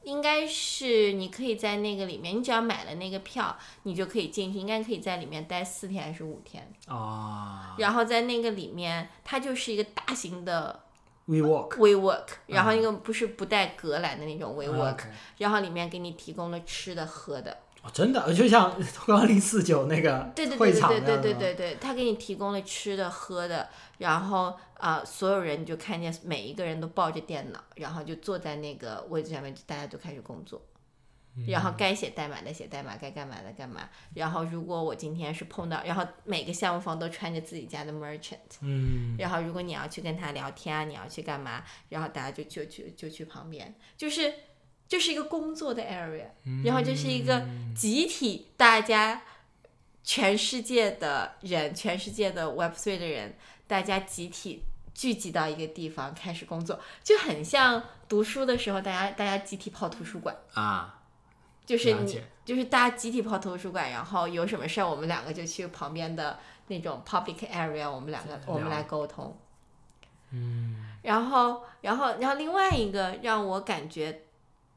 Speaker 1: 应该是你可以在那个里面，你只要买了那个票，你就可以进去，应该可以在里面待四天还是五天。
Speaker 2: 哦
Speaker 1: 然后在那个里面，它就是一个大型的
Speaker 2: ，We Walk。
Speaker 1: WeWork，然后一个不是不带隔栏的那种 WeWork，、
Speaker 2: 啊 OK，
Speaker 1: 然后里面给你提供了吃的喝的，
Speaker 2: 哦，真的，就像刚零四九那个
Speaker 1: 对对对
Speaker 2: 会
Speaker 1: 对
Speaker 2: 场
Speaker 1: 对
Speaker 2: 那
Speaker 1: 对
Speaker 2: 样
Speaker 1: 对
Speaker 2: 的吗
Speaker 1: 对对，他给你提供了吃的喝的，然后啊、呃所有人你就看见每一个人都抱着电脑，然后就坐在那个位置上面，大家就开始工作。
Speaker 2: 嗯
Speaker 1: 然后该写代码的写代码，该干嘛的干嘛。然后如果我今天是碰到，然后每个项目方都穿着自己家的 merchant，
Speaker 2: 嗯，
Speaker 1: 然后如果你要去跟他聊天啊，你要去干嘛，然后大家就就去就去旁边，就是这是一个工作的 area，然后
Speaker 2: 嗯
Speaker 1: 这是一个集体大家全世界的人，全世界的 Web Three 的人，大家集体。聚集到一个地方开始工作，就很像读书的时候，大家大家集体泡图书馆，
Speaker 2: 啊，
Speaker 1: 就是
Speaker 2: 了
Speaker 1: 你
Speaker 2: 解
Speaker 1: 就是大家集体泡图书馆，然后有什么事儿，我们两个就去旁边的那种 public area，我们两个我们来沟通。
Speaker 2: 嗯，
Speaker 1: 然后，然后，然后另外一个让我感觉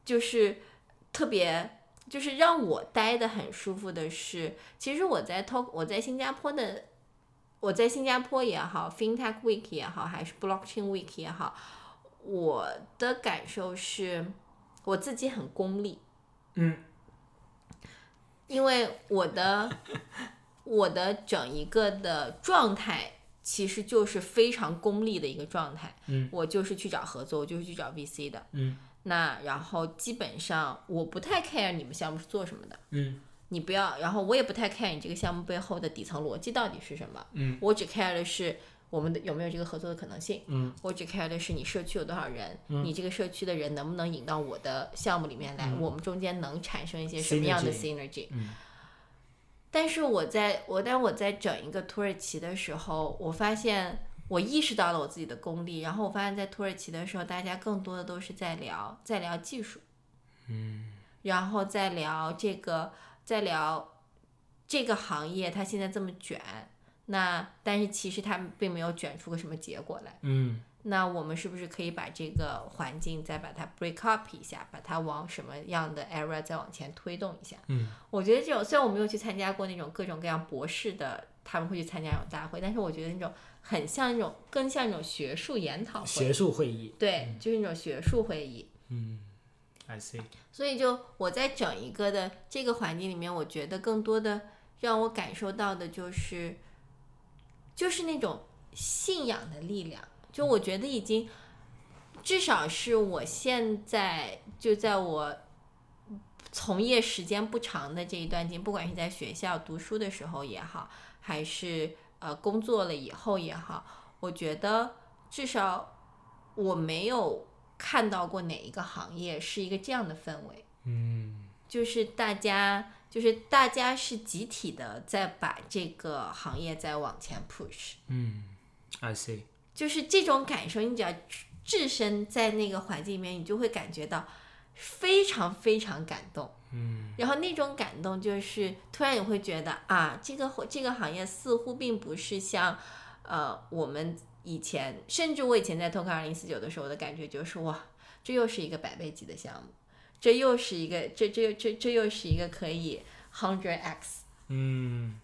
Speaker 1: 就是特别，就是让我待的很舒服的是，其实我在 t 我在新加坡的，我在新加坡也好，FinTech Week 也好，还是 Blockchain Week 也好，我的感受是我自己很功利，
Speaker 2: 嗯，
Speaker 1: 因为我
Speaker 2: *laughs*
Speaker 1: 的我的整一个的状态其实就是非常功利的一个状态。
Speaker 2: 嗯，
Speaker 1: 我就是去找合作，我就是去找 VC 的。
Speaker 2: 嗯，
Speaker 1: 那然后基本上我不太 care 你们项目是做什么的，
Speaker 2: 嗯
Speaker 1: 你不要，然后我也不太 care 你这个项目背后的底层逻辑到底是什么。
Speaker 2: 嗯，
Speaker 1: 我只 care 的是我们的有没有这个合作的可能性。
Speaker 2: 嗯，
Speaker 1: 我只 care 的是你社区有多少人，你这个社区的人能不能引到我的项目里面来，我们中间能产生一些什么样的 synergy。
Speaker 2: 嗯
Speaker 1: 但是我在我但我在整一个土耳其的时候，我发现我意识到了我自己的功力，然后我发现在土耳其的时候，大家更多的都是在聊在聊技术，嗯，然后在聊这个在聊这个行业它现在这么卷，那但是其实它并没有卷出个什么结果来。
Speaker 2: 嗯
Speaker 1: 那我们是不是可以把这个环境再把它 break up 一下，把它往什么样的 area 再往前推动一下？
Speaker 2: 嗯，
Speaker 1: 我觉得这种虽然我没有去参加过那种各种各样博士的他们会去参加那种大会，但是我觉得那种很像那种更像那种学术研讨会，
Speaker 2: 学术会议，
Speaker 1: 对，就是那种学术会议。
Speaker 2: 嗯，I see，
Speaker 1: 所以就我在整一个的这个环境里面，我觉得更多的让我感受到的就是，就是那种信仰的力量。就我觉得已经，至少是我现在就在我从业时间不长的这一段经，不管是在学校读书的时候也好，还是呃工作了以后也好，我觉得至少我没有看到过哪一个行业是一个这样的氛围，
Speaker 2: 嗯
Speaker 1: 就是大家就是大家是集体的在把这个行业在往前 push，
Speaker 2: 嗯，I see，
Speaker 1: 就是这种感受，你只要置身在那个环境里面，你就会感觉到非常非常感动。
Speaker 2: 嗯
Speaker 1: 然后那种感动就是突然你会觉得啊，这个这个行业似乎并不是像呃我们以前，甚至我以前在 t o k 二零四九的时候，我的感觉就是哇，这又是一个百倍级的项目，这又是一个这这这这又是一个可以 hundred x
Speaker 2: 嗯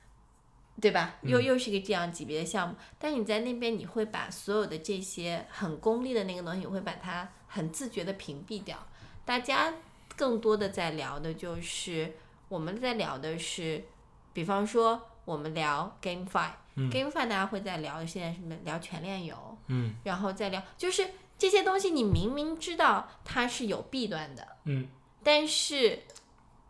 Speaker 1: 对吧？又又是一个这样级别的项目，但你在那边你会把所有的这些很功利的那个东西，你会把它很自觉的屏蔽掉。大家更多的在聊的就是我们在聊的是，比方说我们聊 GameFi，GameFi、
Speaker 2: 嗯
Speaker 1: GameFi 大家会在聊现在什么聊全链游，
Speaker 2: 嗯
Speaker 1: 然后再聊就是这些东西，你明明知道它是有弊端的，
Speaker 2: 嗯
Speaker 1: 但是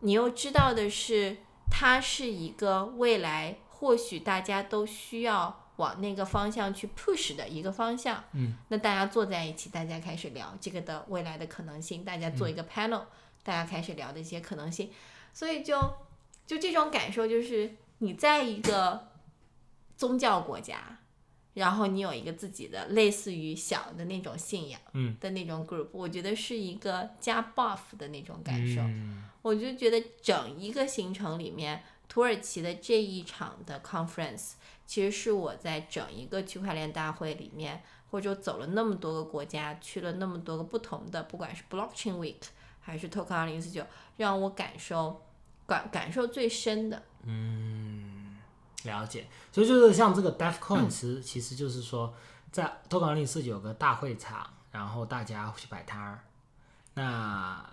Speaker 1: 你又知道的是，它是一个未来或许大家都需要往那个方向去 push 的一个方向。
Speaker 2: 嗯，
Speaker 1: 那大家坐在一起，大家开始聊这个的未来的可能性，大家
Speaker 2: 嗯
Speaker 1: 做一个 panel，、大家开始聊的一些可能性。所以就就这种感受，就是你在一个宗教国家。然后你有一个自己的类似于小的那种信仰，
Speaker 2: 嗯
Speaker 1: 的那种 group，我觉得是一个加 buff 的那种感受。
Speaker 2: 嗯
Speaker 1: 我就觉得整一个行程里面，土耳其的这一场的 conference，其实是我在整一个区块链大会里面，或者走了那么多个国家，去了那么多个不同的，不管是 blockchain week 还是 token 二零四九，让我感受感感受最深的。
Speaker 2: 了解，所以就是像这个
Speaker 1: 嗯
Speaker 2: DefCon，其实、其实就是说，在托港零四有个大会场，然后大家去摆摊儿。那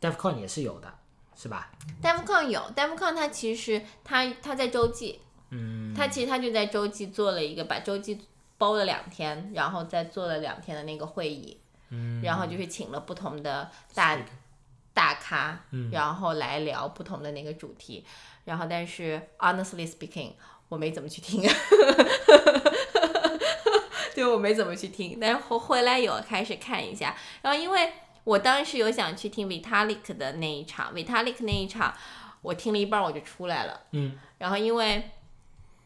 Speaker 2: DefCon 也是有的，是吧？
Speaker 1: DevCon 有 DevCon，它其实它它在洲际，嗯，它其实它就在洲际做了一个，把洲际包了两天，然后再做了两天的那个会议，嗯，然后就是请了不同的大大咖，然后来聊不同的那个主题，然后但是 honestly speaking，我没怎么去听。 *laughs* 对，我没怎么去听，但是回回来有开始看一下，然后因为我当时有想去听 Vitalik 的那一场，Vitalik 那一场，我听了一半我就出来了。
Speaker 2: 嗯，
Speaker 1: 然后因为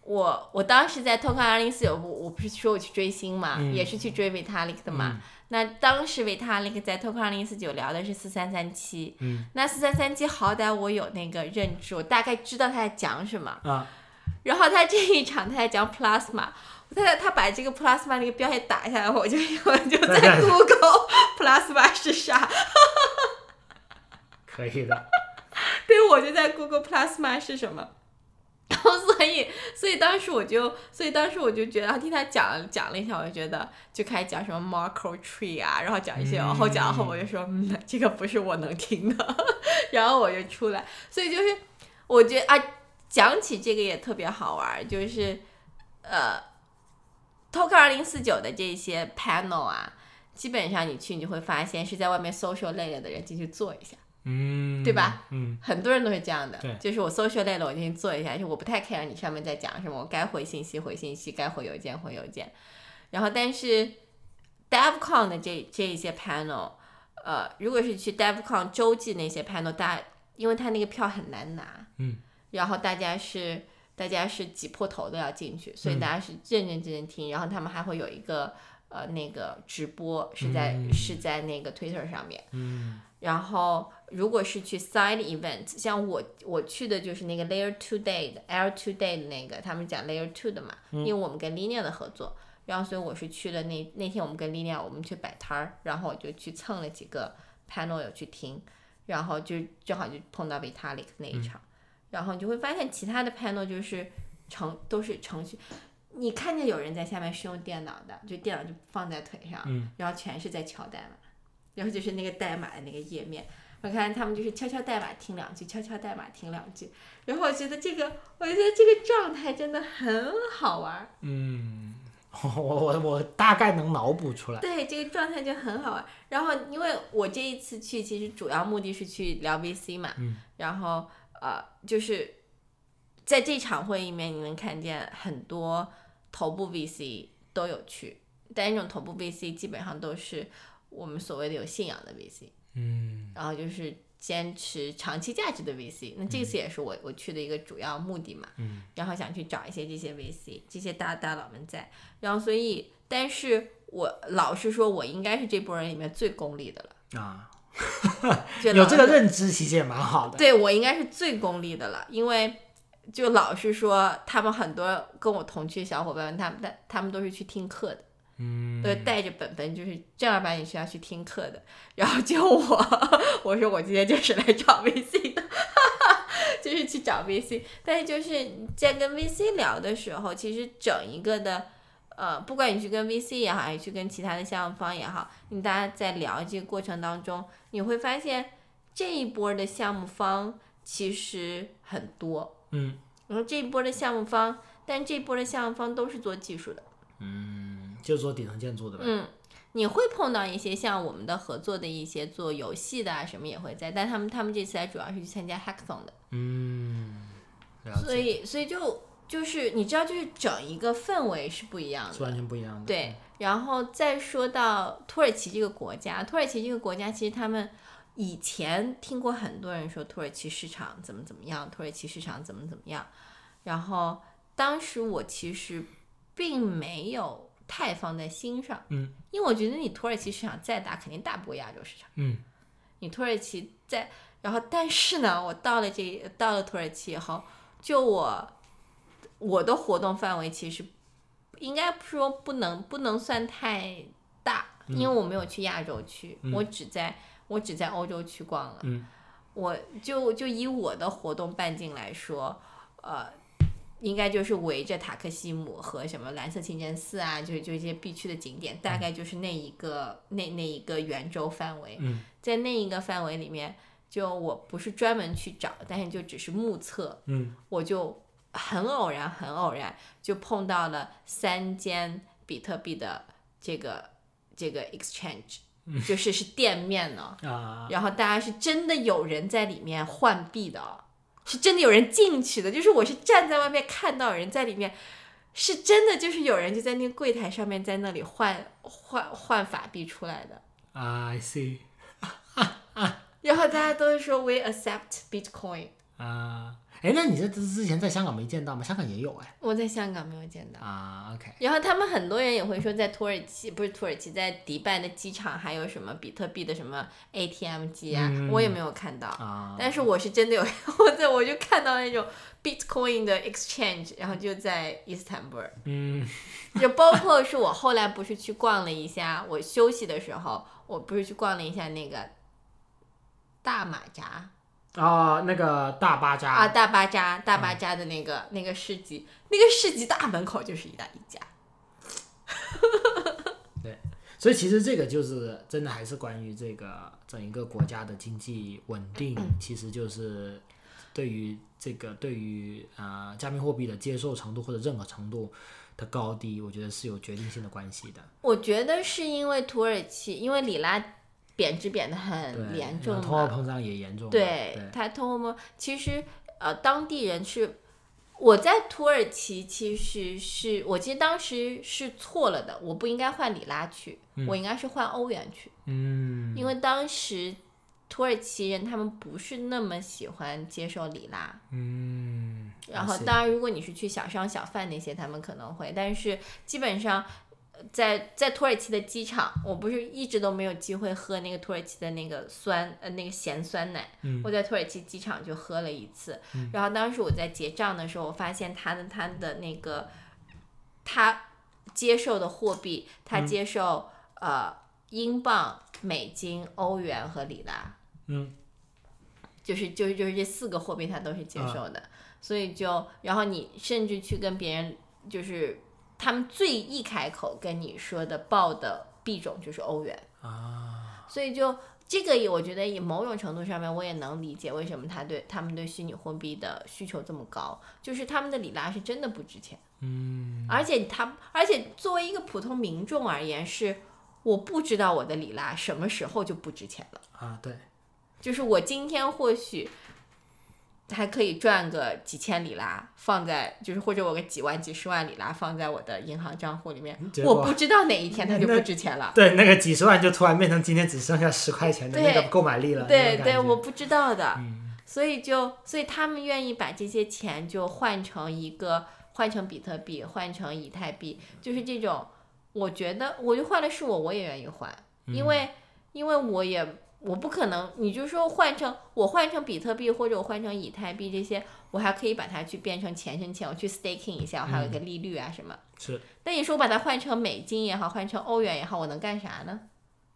Speaker 1: 我我当时在 Token 二零四九，我我不是说我去追星嘛，
Speaker 2: 嗯
Speaker 1: 也是去追 Vitalik 的嘛。那当时 Vitalik 在 Token 二零四九聊的是四三三七，
Speaker 2: 嗯，
Speaker 1: 那四三三七好歹我有那个认知，我大概知道他在讲什么。
Speaker 2: 啊，
Speaker 1: 然后他这一场他还讲 plasma，他他把这个 plasma 那个标题打下来，我就 *laughs* 我就
Speaker 2: *laughs*
Speaker 1: 在 Google *laughs* plasma 是啥，
Speaker 2: 可以的，
Speaker 1: *laughs* 对，我就在 Google plasma 是什么。然后，所以，所以当时我就，所以当时我就觉得，然后听他讲讲了一下，我就觉得就开始讲什么 Marco Tree 啊，然后讲一些，然后讲到后，我就说，嗯，这个不是我能听的， *laughs* 然后我就出来。所以就是，我觉得啊，讲起这个也特别好玩儿，就是呃，Talk 二零四九的这些 panel 啊，基本上你去你就会发现是在外面 social 累了的人进去坐一下，
Speaker 2: 嗯，
Speaker 1: 对吧？
Speaker 2: 嗯，
Speaker 1: 很多人都是这样的
Speaker 2: 对，
Speaker 1: 就是我 social 累了我进去坐一下，就我不太 care 你上面在讲什么，我该回信息回信息，该回邮件回邮件。然后但是 DevCon 的这这一些 panel，呃，如果是去 DevCon 洲际那些 panel，大家因为他那个票很难拿，
Speaker 2: 嗯，
Speaker 1: 然后大家是大家是挤破头的要进
Speaker 2: 嗯
Speaker 1: 去，所以大家是认认真真听，然后他们还会有一个呃那个直播是在、
Speaker 2: 嗯
Speaker 1: 是在那个 Twitter 上面，
Speaker 2: 嗯，
Speaker 1: 然后如果是去 side event，像我我去的就是那个 layer two day 的 L two day 的那个，他们讲 layer two 的嘛，因为我们跟 Linear 的合作，然后所以我是去了那那天我们跟 Linear 我们去摆摊儿，然后我就去蹭了几个 panel 有去听，然后就正好就碰到 Vitalik 那一场，然后你就会发现其他的 panel 就是程都是程序。你看见有人在下面是用电脑的，就电脑就放在腿上，
Speaker 2: 嗯
Speaker 1: 然后全是在敲代码，然后就是那个代码的那个页面。我看他们就是敲敲代码听两句，敲敲代码听两句，然后我觉得这个，我觉得这个状态真的很好玩儿。
Speaker 2: 嗯， *laughs* 我我我大概能脑补出来，
Speaker 1: 对，这个状态就很好玩。然后，因为我这一次去，其实主要目的是去聊 VC 嘛，
Speaker 2: 嗯
Speaker 1: 然后呃，就是在这场会议里面，你能看见很多头部 VC 都有去，但那种头部 VC 基本上都是我们所谓的有信仰的 VC，
Speaker 2: 嗯
Speaker 1: 然后就是坚持长期价值的 VC。那这次也是我、我去的一个主要目的嘛，
Speaker 2: 嗯
Speaker 1: 然后想去找一些这些 VC，这些大大佬们在，然后所以，但是我老实说，我应该是这波人里面最功利的了，
Speaker 2: 啊，
Speaker 1: 就
Speaker 2: 有
Speaker 1: 老
Speaker 2: 这个认知其实也蛮好的，
Speaker 1: 对我应该是最功利的了，因为就老实说，他们很多跟我同去的小伙伴们，他们他他们都是去听课的。
Speaker 2: 嗯，
Speaker 1: 都是带着本本，就是正儿八经学校去听课的。然后就我， *laughs* 我说我今天就是来找 *laughs* VC 的，就是去找 VC。但是就是你在跟 VC 聊的时候，其实整一个的，呃，不管你去跟 VC 也好，还是去跟其他的项目方也好，你大家在聊这个过程当中，你会发现这一波的项目方其实很多，
Speaker 2: 嗯
Speaker 1: 然后这一波的项目方，但这一波的项目方都是做技术的。
Speaker 2: 嗯，就做底层建筑的呗，
Speaker 1: 嗯，你会碰到一些像我们的合作的一些做游戏的啊，什么也会在，但他们他们这次还主要是去参加 hackathon 的，
Speaker 2: 嗯，了
Speaker 1: 所
Speaker 2: 解，
Speaker 1: 以所以就就是你知道，就是整一个氛围是不一样
Speaker 2: 是完
Speaker 1: 的。
Speaker 2: 全不一样的，嗯
Speaker 1: 对，然后再说到土耳其这个国家，土耳其这个国家其实他们以前听过很多人说土耳其市场怎么怎么样，土耳其市场怎么怎么样，然后当时我其实并没有太放在心上。
Speaker 2: 嗯
Speaker 1: 因为我觉得你土耳其市场再大，肯定大不过亚洲市场。
Speaker 2: 嗯
Speaker 1: 你土耳其在，然后但是呢，我到了这到了土耳其以后，就我我的活动范围其实应该说不能不能算太大，因为我没有去亚洲区，
Speaker 2: 嗯
Speaker 1: 我只在我只在欧洲区逛了。
Speaker 2: 嗯
Speaker 1: 我就就以我的活动半径来说，呃，应该就是围着塔克西姆和什么蓝色清真寺啊，就是就一些必去的景点，
Speaker 2: 嗯
Speaker 1: 大概就是那一个、那那一个圆周范围，
Speaker 2: 嗯
Speaker 1: 在那一个范围里面，就我不是专门去找，但是就只是目测，
Speaker 2: 嗯
Speaker 1: 我就很偶然很偶然就碰到了三间比特币的这个这个 exchange，就是是店面呢、
Speaker 2: 啊，
Speaker 1: 然后大家是真的有人在里面换币的哦，是真的有人进去的，就是我是站在外面看到有人在里面，是真的就是有人就在那个柜台上面在那里换换换法币出来的，
Speaker 2: 啊 I see，
Speaker 1: 然后大家都是说 we accept Bitcoin，
Speaker 2: 啊，哎，那你在之之前在香港没见到吗？香港也有哎。
Speaker 1: 我在香港没有见到。
Speaker 2: 啊，OK，
Speaker 1: 然后他们很多人也会说，在土耳其不是土耳其，在迪拜的机场还有什么比特币的什么 ATM 机啊，
Speaker 2: 嗯
Speaker 1: 我也没有看到。
Speaker 2: 啊，
Speaker 1: 但是我是真的有， *laughs* 我在我就看到那种 Bitcoin 的 exchange，然后就在伊斯坦布尔，
Speaker 2: 嗯
Speaker 1: 就包括是我后来不是去逛了一下，我休息的时候，我不是去逛了一下那个大马扎
Speaker 2: 啊，那个大巴扎
Speaker 1: 啊，大巴扎大巴扎的那个、那个市集，那个市集大门口就是一大一家，
Speaker 2: 所以其实这个就是真的还是关于这个整一个国家的经济稳定，
Speaker 1: 嗯
Speaker 2: 其实就是对于这个对于呃加密货币的接受程度或者认可程度的高低，我觉得是有决定性的关系的。
Speaker 1: 我觉得是因为土耳其，因为里拉贬值贬得很
Speaker 2: 对，
Speaker 1: 严重
Speaker 2: 呃
Speaker 1: 嘛，
Speaker 2: 通货膨胀也严重了。
Speaker 1: 对
Speaker 2: 对，
Speaker 1: 他通过其实呃，当地人是我在土耳其，其实是我其实当时是错了的，我不应该换里拉去，我应该是换欧元去，
Speaker 2: 嗯，
Speaker 1: 因为当时土耳其人他们不是那么喜欢接受里拉。
Speaker 2: 嗯，
Speaker 1: 然后，
Speaker 2: 是
Speaker 1: 当然，如果你是去小商小贩那些，他们可能会，但是基本上呃在在土耳其的机场，我不是一直都没有机会喝那个土耳其的那个酸呃那个咸酸奶，
Speaker 2: 嗯
Speaker 1: 我在土耳其机场就喝了一次，然后当时我在结账的时候，我发现他的他的那个他接受的货币，
Speaker 2: 嗯
Speaker 1: 他接受、呃英镑、美金、欧元和里拉，
Speaker 2: 嗯，
Speaker 1: 就是就是就是这四个货币他都是接
Speaker 2: 啊
Speaker 1: 受的，所以就然后你甚至去跟别人就是他们最一开口跟你说的报的币种就是欧元。
Speaker 2: 啊，
Speaker 1: 所以就这个也，我觉得也某种程度上面，我也能理解为什么他对他们对虚拟货币的需求这么高，就是他们的里拉是真的不值钱，
Speaker 2: 嗯
Speaker 1: 而且他，而且作为一个普通民众而言是。我不知道我的里拉什么时候就不值钱了，
Speaker 2: 啊，对，
Speaker 1: 就是我今天或许还可以赚个几千里拉，放在就是或者我个几万几十万里拉放在我的银行账户里面，
Speaker 2: 结
Speaker 1: 我
Speaker 2: 果
Speaker 1: 不知道哪一天它就
Speaker 2: 那
Speaker 1: 不值钱了。
Speaker 2: *laughs* 对，那个几十万就突然变成今天只剩下十块钱的那个
Speaker 1: 对
Speaker 2: 购买力了。那
Speaker 1: 对
Speaker 2: 种感
Speaker 1: 对，
Speaker 2: 觉嗯
Speaker 1: 我不知道的，所以就所以他们愿意把这些钱就换成一个换成比特币，换成以太币，就是这种。我觉得我就换了是我，我也愿意换，
Speaker 2: 嗯
Speaker 1: 因为、因为我也我不可能，你就说换成我换成比特币或者我换成以太币这些，我还可以把它去变成钱生钱，我去 staking 一下，我还有一个
Speaker 2: 嗯
Speaker 1: 利率啊什么。
Speaker 2: 是
Speaker 1: 那你说我把它换成美金也好，换成欧元也好，我能干啥呢？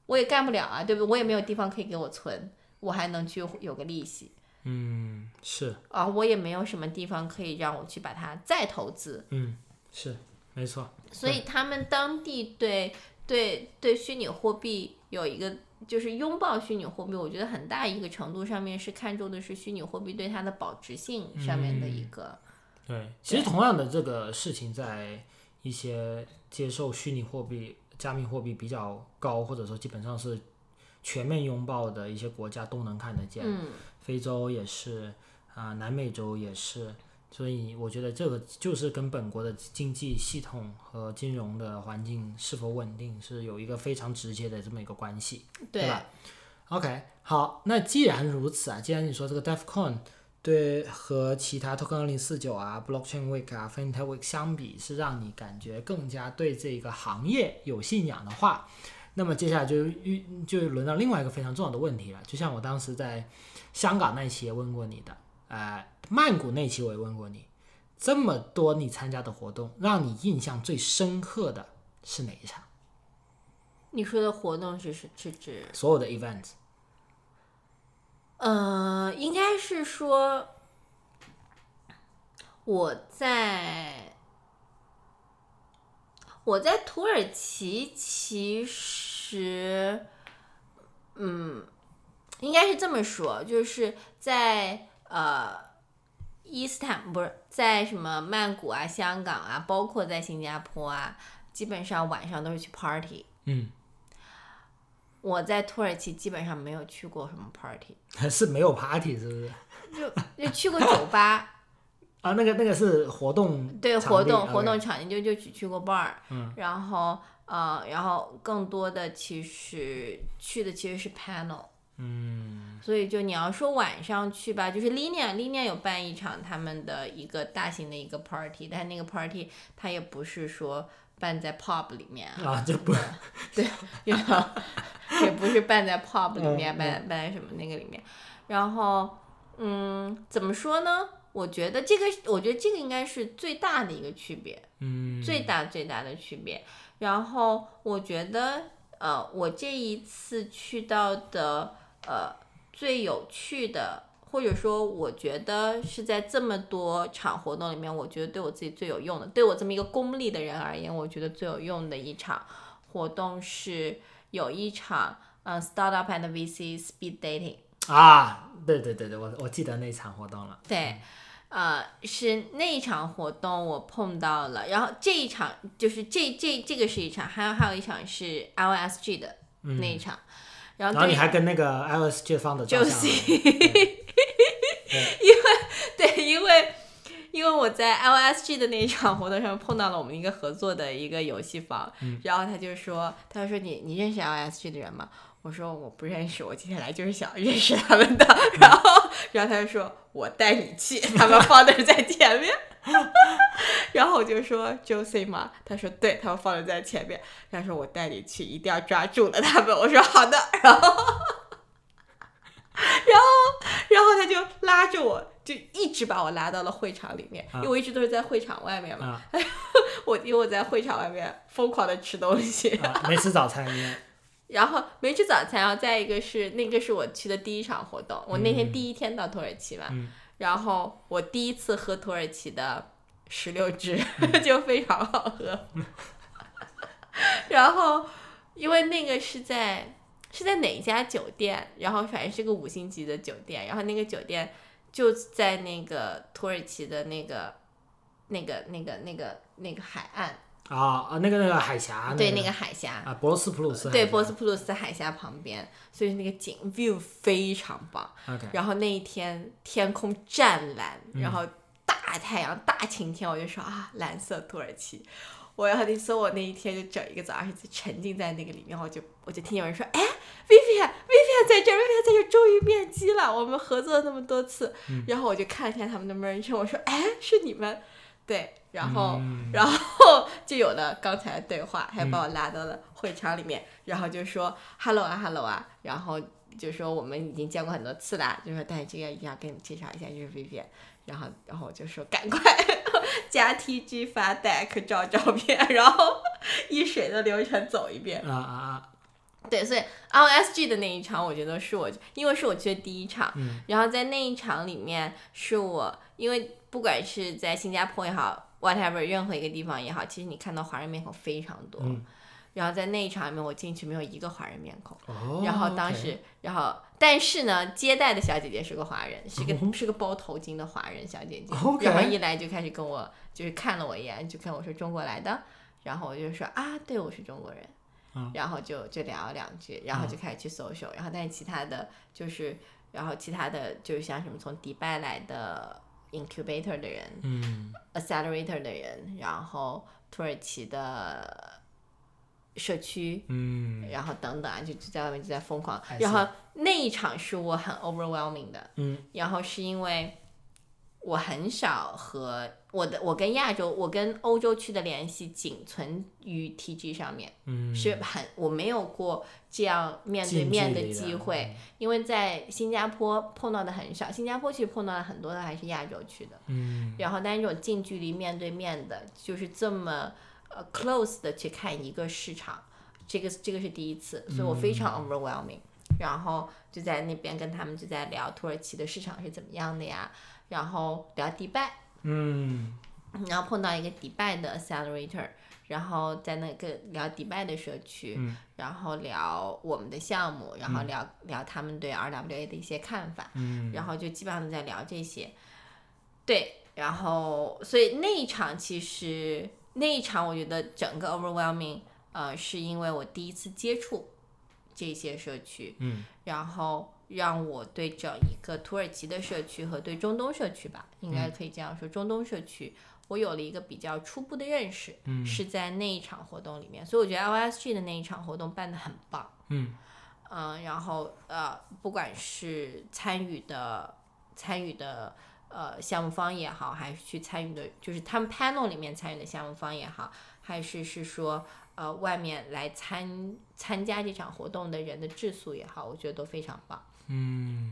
Speaker 1: 我也干不了啊，对不对？我也没有地方可以给我存，我还能去有个利息
Speaker 2: 嗯是
Speaker 1: 啊，我也没有什么地方可以让我去把它再投资。
Speaker 2: 嗯是没错。
Speaker 1: 所以他们当地对对对虚拟货币有一个就是拥抱虚拟货币，我觉得很大一个程度上面是看重的是虚拟货币对它的保值性上面的一个，
Speaker 2: 对，其实同样的这个事情，在一些接受虚拟货币、加密货币比较高，或者说基本上是全面拥抱的一些国家都能看得见，
Speaker 1: 嗯
Speaker 2: 非洲也是，啊、南美洲也是。所以我觉得这个就是跟本国的经济系统和金融的环境是否稳定是有一个非常直接的这么一个关系。对吧？OK，好，那既然如此啊，既然你说这个 DefCon 对和其他 Token 二零四九啊、Blockchain Week 啊、FinTech Week 相比，是让你感觉更加对这个行业有信仰的话，那么接下来就遇就轮到另外一个非常重要的问题了。就像我当时在香港那期也问过你的，呃，曼谷那期我也问过你，这么多你参加的活动，让你印象最深刻的是哪一场？
Speaker 1: 你说的活动是是是指
Speaker 2: 所有的 event
Speaker 1: 呃，应该是说我在我在土耳其，其实，嗯，应该是这么说，就是在呃伊斯坦不是在什么曼谷啊、香港啊，包括在新加坡啊，基本上晚上都是去 party。
Speaker 2: 嗯，
Speaker 1: 我在土耳其基本上没有去过什么 party。
Speaker 2: *laughs* 是没有 party 是不是？
Speaker 1: 就就去过酒吧，
Speaker 2: 啊，那个那个是活动
Speaker 1: 对
Speaker 2: 场
Speaker 1: 活
Speaker 2: 地
Speaker 1: 动
Speaker 2: ，OK 嗯
Speaker 1: 活动场地就就只去过 bar，、然后呃，然后更多的其实去的其实是 panel，
Speaker 2: 嗯，
Speaker 1: 所以就你要说晚上去吧，就是 Linia Linia 有办一场他们的一个大型的一个 party，但那个 party 它也不是说办在 pub 里面啊， *laughs*
Speaker 2: 啊，就不
Speaker 1: 也也不是办在 pub 里面，
Speaker 2: 嗯嗯
Speaker 1: 办办在什么那个里面。然后，嗯，怎么说呢？我觉得这个，我觉得这个应该是最大的一个区别。
Speaker 2: 嗯，
Speaker 1: 最大最大的区别。然后我觉得，呃，我这一次去到的，呃，最有趣的，或者说我觉得是在这么多场活动里面，我觉得对我自己最有用的，对我这么一个功利的人而言，我觉得最有用的一场活动是有一场，呃，startup and VC speed dating。
Speaker 2: 啊，对对对对，我我记得那场活动了，
Speaker 1: 对，呃，是那一场活动我碰到了，然后这一场就是这这这个是一场，还有还有一场是 LSG 的那一场，然后
Speaker 2: 嗯然
Speaker 1: 啊
Speaker 2: 后
Speaker 1: 对
Speaker 2: 你还跟那个 iOS 界放的照相了，
Speaker 1: *laughs*
Speaker 2: 对
Speaker 1: 对，因为因为我在 LSG 的那一场活动上碰到了我们一个合作的一个游戏方，
Speaker 2: 嗯
Speaker 1: 然后他就说，他就说你你认识 LSG 的人吗？我说我不认识，我今天来就是想认识他们的。然后然后他就说我带你去，他们 founder 在前面。 *laughs* 然后我就说 Josie 吗？他说对，他们 founder 在前面。他说我带你去，一定要抓住了他们。我说好的。然后然后然后他就拉着我，就一直把我拉到了会场里面，因为我一直都是在会场外面嘛。
Speaker 2: 啊
Speaker 1: 我因为我在会场外面疯狂的吃东西，
Speaker 2: 啊，没吃早餐，因为
Speaker 1: 然后没吃早餐，然后再一个是那个是我去的第一场活动，我那天第一天到土耳其嘛，
Speaker 2: 嗯
Speaker 1: 然后我第一次喝土耳其的石榴汁，
Speaker 2: 嗯
Speaker 1: *laughs* 就非常好
Speaker 2: *laughs*
Speaker 1: 喝。然后因为那个是在是在哪一家酒店，然后反正是个五星级的酒店，然后那个酒店就在那个土耳其的那个那个那个那个那个海岸，
Speaker 2: 啊啊那个那个海峡，
Speaker 1: 对
Speaker 2: 那
Speaker 1: 那个海峡。
Speaker 2: 啊博斯普鲁斯海峡，
Speaker 1: 对，波斯普鲁斯海峡旁边，所以那个景 view 非常棒。
Speaker 2: ，OK，
Speaker 1: 然后那一天天空湛蓝，然后大太阳、大晴天，我就说啊，蓝色土耳其。我要你说，我那一天就整一个早上是沉浸在那个里面，我就我就听有人说，哎，Vivian，Vivian 在这儿，Vivian 在这儿，终于面基了，我们合作了那么多次。然后我就看了一下他们的 merchant，我说，哎，是你们，对，然后、
Speaker 2: 嗯
Speaker 1: 然后就有了刚才的对话，还把我拉到了会场里面，然后就说 “hello 啊，hello 啊”，然后就说我们已经见过很多次啦，就说但是这个一定要跟你介绍一下，就是 Vivian，然后然后我就说赶快加 TG 发 deck 照照片，然后依水的流程走一遍。
Speaker 2: 啊啊啊，
Speaker 1: 对，所以 LSG 的那一场，我觉得是我，因为是我去的第一场，
Speaker 2: 嗯
Speaker 1: 然后在那一场里面，是我因为不管是在新加坡也好，whatever 任何一个地方也好，其实你看到华人面孔非常多，
Speaker 2: 嗯
Speaker 1: 然后在那一场里面，我进去没有一个华人面孔。
Speaker 2: 哦，
Speaker 1: 然后当
Speaker 2: OK
Speaker 1: 时，然后但是呢，接待的小姐姐是个华人，是个、是个包头巾的华人小姐姐。
Speaker 2: 哦 OK
Speaker 1: 然后一来就开始跟我就是看了我一眼，就跟我说中国来的，然后我就说啊，对，我是中国人。
Speaker 2: 嗯
Speaker 1: 然后就就聊了两句，然后就开始去搜 o 然后但是其他的就是，然后其他的就是像什么从迪拜来的 incubator 的人，
Speaker 2: 嗯
Speaker 1: accelerator 的人，然后土耳其的社区，
Speaker 2: 嗯
Speaker 1: 然后等等啊，就就在外面就在疯狂
Speaker 2: I。see
Speaker 1: 然后那一场是我很 overwhelming 的，
Speaker 2: 嗯，
Speaker 1: 然后是因为我很少和我的我跟亚洲我跟欧洲区的联系仅存于 TG 上面，
Speaker 2: 嗯，
Speaker 1: 是很我没有过这样面对
Speaker 2: 近距
Speaker 1: 面的
Speaker 2: 离的嗯
Speaker 1: 机会，因为在新加坡碰到的很少，新加坡其实碰到的很多的还是亚洲区的。
Speaker 2: 嗯
Speaker 1: 然后但是这种近距离面对面的，就是这么呃 close 的去看一个市场，这个这个是第一次，所以我非常 overwhelming、然后就在那边跟他们就在聊土耳其的市场是怎么样的呀，然后聊迪拜，
Speaker 2: 嗯
Speaker 1: 然后碰到一个迪拜的 accelerator，然后在那个聊迪拜的社区，
Speaker 2: 嗯
Speaker 1: 然后聊我们的项目，然后聊、聊他们对 RWA 的一些看法，
Speaker 2: 嗯
Speaker 1: 然后就基本上都在聊这些。对，然后所以那一场其实那一场我觉得整个 overwhelming，呃，是因为我第一次接触这些社区，
Speaker 2: 嗯
Speaker 1: 然后让我对整一个土耳其的社区和对中东社区吧，应
Speaker 2: 嗯
Speaker 1: 该可以这样说，中东社区。我有了一个比较初步的认识，
Speaker 2: 嗯
Speaker 1: 是在那一场活动里面，所以我觉得 LSG 的那一场活动办得很棒。
Speaker 2: 嗯
Speaker 1: 嗯，然后呃，不管是参与的参与的呃项目方也好，还是去参与的，就是他们 panel 里面参与的项目方也好，还是是说呃外面来参参加这场活动的人的质素也好，我觉得都非常棒。
Speaker 2: 嗯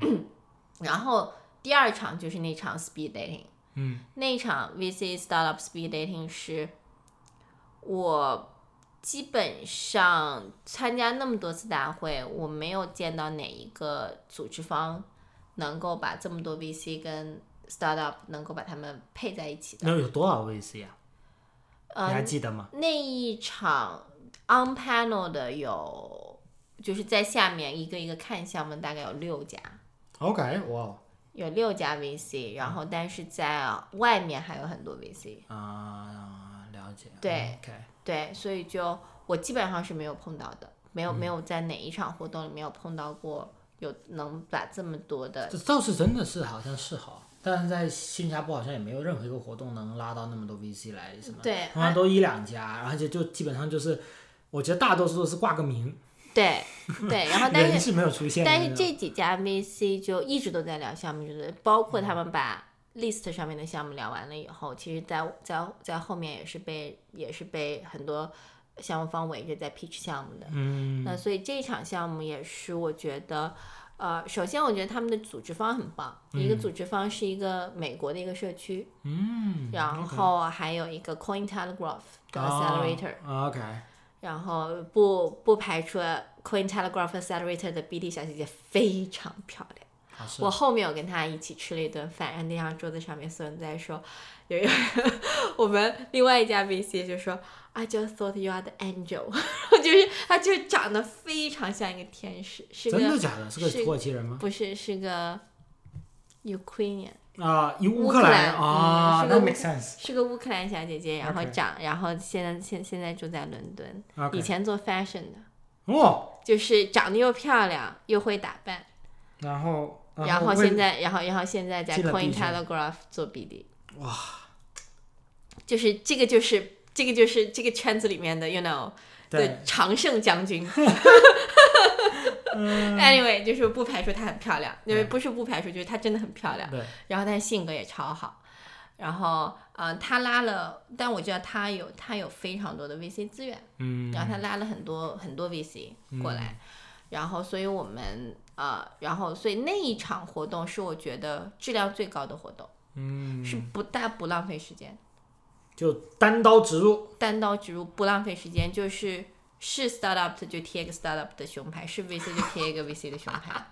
Speaker 1: 然后第二场就是那场 speed dating，
Speaker 2: 嗯
Speaker 1: 那场 VC startup speed dating 是我基本上参加那么多次大会，我没有见到哪一个组织方能够把这么多 VC 跟 startup 能够把他们配在一起的。
Speaker 2: 那有多少 VC 啊？你还
Speaker 1: 嗯，
Speaker 2: 记得吗？
Speaker 1: 那一场 on panel 的有，就是在下面一个一个看项目，大概有六家。
Speaker 2: OK，哇哦
Speaker 1: 有六家 VC，然后但是在外面还有很多 VC，
Speaker 2: 啊、了解。
Speaker 1: 对
Speaker 2: ，OK，
Speaker 1: 对，所以就我基本上是没有碰到的，没
Speaker 2: 嗯
Speaker 1: 有没有在哪一场活动里面有碰到过有能把这么多的，
Speaker 2: 这倒是真的是好像是好，但是在新加坡好像也没有任何一个活动能拉到那么多 VC 来什么，
Speaker 1: 对
Speaker 2: 通常都一两家，而且就基本上就是，我觉得大多数都是挂个名，
Speaker 1: 对对，
Speaker 2: *laughs*
Speaker 1: 然后但
Speaker 2: 人
Speaker 1: 是
Speaker 2: 是没有出现的
Speaker 1: 但
Speaker 2: 那
Speaker 1: 是
Speaker 2: 种。
Speaker 1: 这几家 VC 就一直都在聊项目，就是包括
Speaker 2: 嗯
Speaker 1: 他们把 list 上面的项目聊完了以后，其实在在在后面也是被也是被很多项目方围着在 pitch 项目的，
Speaker 2: 嗯
Speaker 1: 那所以这一场项目也是我觉得，呃，首先我觉得他们的组织方很棒，一个组织方是一个美国的一个社区，
Speaker 2: 嗯，
Speaker 1: 然后还有一个 Coin Telegraph 的 Accelerator，、
Speaker 2: 啊 OK，
Speaker 1: 然后不不排除 Coin Telegraph Accelerator 的 BD 小姐姐非常漂亮。
Speaker 2: 好是
Speaker 1: 我后面有跟她一起吃了一顿饭，然后那张桌子上面所有人在说，有一 *laughs* 我们另外一家 VC 就说 I just thought you are the angel，就是 *laughs* 她就长得非常像一个天使，是
Speaker 2: 真的
Speaker 1: 个
Speaker 2: 假的？是个
Speaker 1: 是
Speaker 2: 土耳其人吗？
Speaker 1: 不是是个 Ukrainian，
Speaker 2: 啊，一
Speaker 1: 乌
Speaker 2: 乌
Speaker 1: 克
Speaker 2: 克
Speaker 1: 兰
Speaker 2: 兰啊，
Speaker 1: 嗯是个
Speaker 2: 那 make sense。
Speaker 1: 是个乌克兰小姐姐，然后
Speaker 2: OK
Speaker 1: 长然后现在现现在住在伦敦
Speaker 2: OK
Speaker 1: 以前做 fashion 的，
Speaker 2: 哦，
Speaker 1: 就是长得又漂亮又会打扮，
Speaker 2: 然后
Speaker 1: 然后
Speaker 2: 为
Speaker 1: 现在，然后然后现在在
Speaker 2: 进了
Speaker 1: Coin
Speaker 2: BD
Speaker 1: Telegraph 做 BD。哇，就是这个就是这个就是这个圈子里面的，you know
Speaker 2: 对
Speaker 1: 的常胜将军。anyway，就是
Speaker 2: 嗯
Speaker 1: 不排除她很漂亮，因为不是不排除，就是她真的很漂亮。
Speaker 2: 对
Speaker 1: 然后她性格也超好，然后呃，她拉了，但我知道她有她有非常多的 VC 资源。
Speaker 2: 嗯
Speaker 1: 然后他拉了很多很多 VC 过来，然后所以我们呃，然后所以那一场活动是我觉得质量最高的活动，
Speaker 2: 嗯，
Speaker 1: 是不但不浪费时间，
Speaker 2: 就单刀直入，
Speaker 1: 单刀直入不浪费时间，就是是 startup 的就贴一个 startup 的胸牌，是 VC 就贴一个 VC 的胸牌，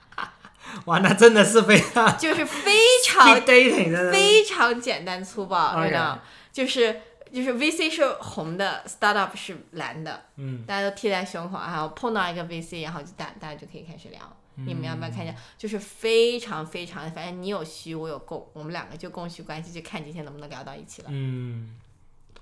Speaker 2: 哇，那真的是非常
Speaker 1: 就是非
Speaker 2: big
Speaker 1: 常
Speaker 2: dating 真的 *laughs* 是。哎
Speaker 1: 非常简单粗暴，你
Speaker 2: OK
Speaker 1: 知道，就是就是 VC 是红的，startup 是蓝的，
Speaker 2: 嗯，
Speaker 1: 大家都贴在胸口，然后啊碰到一个 VC，然后就大大家就可以开始聊。你们要不要
Speaker 2: 嗯
Speaker 1: 看一下？就是非常非常，反正你有虚，我有供，我们两个就供需关系，就看今天能不能聊到一起了。
Speaker 2: 嗯，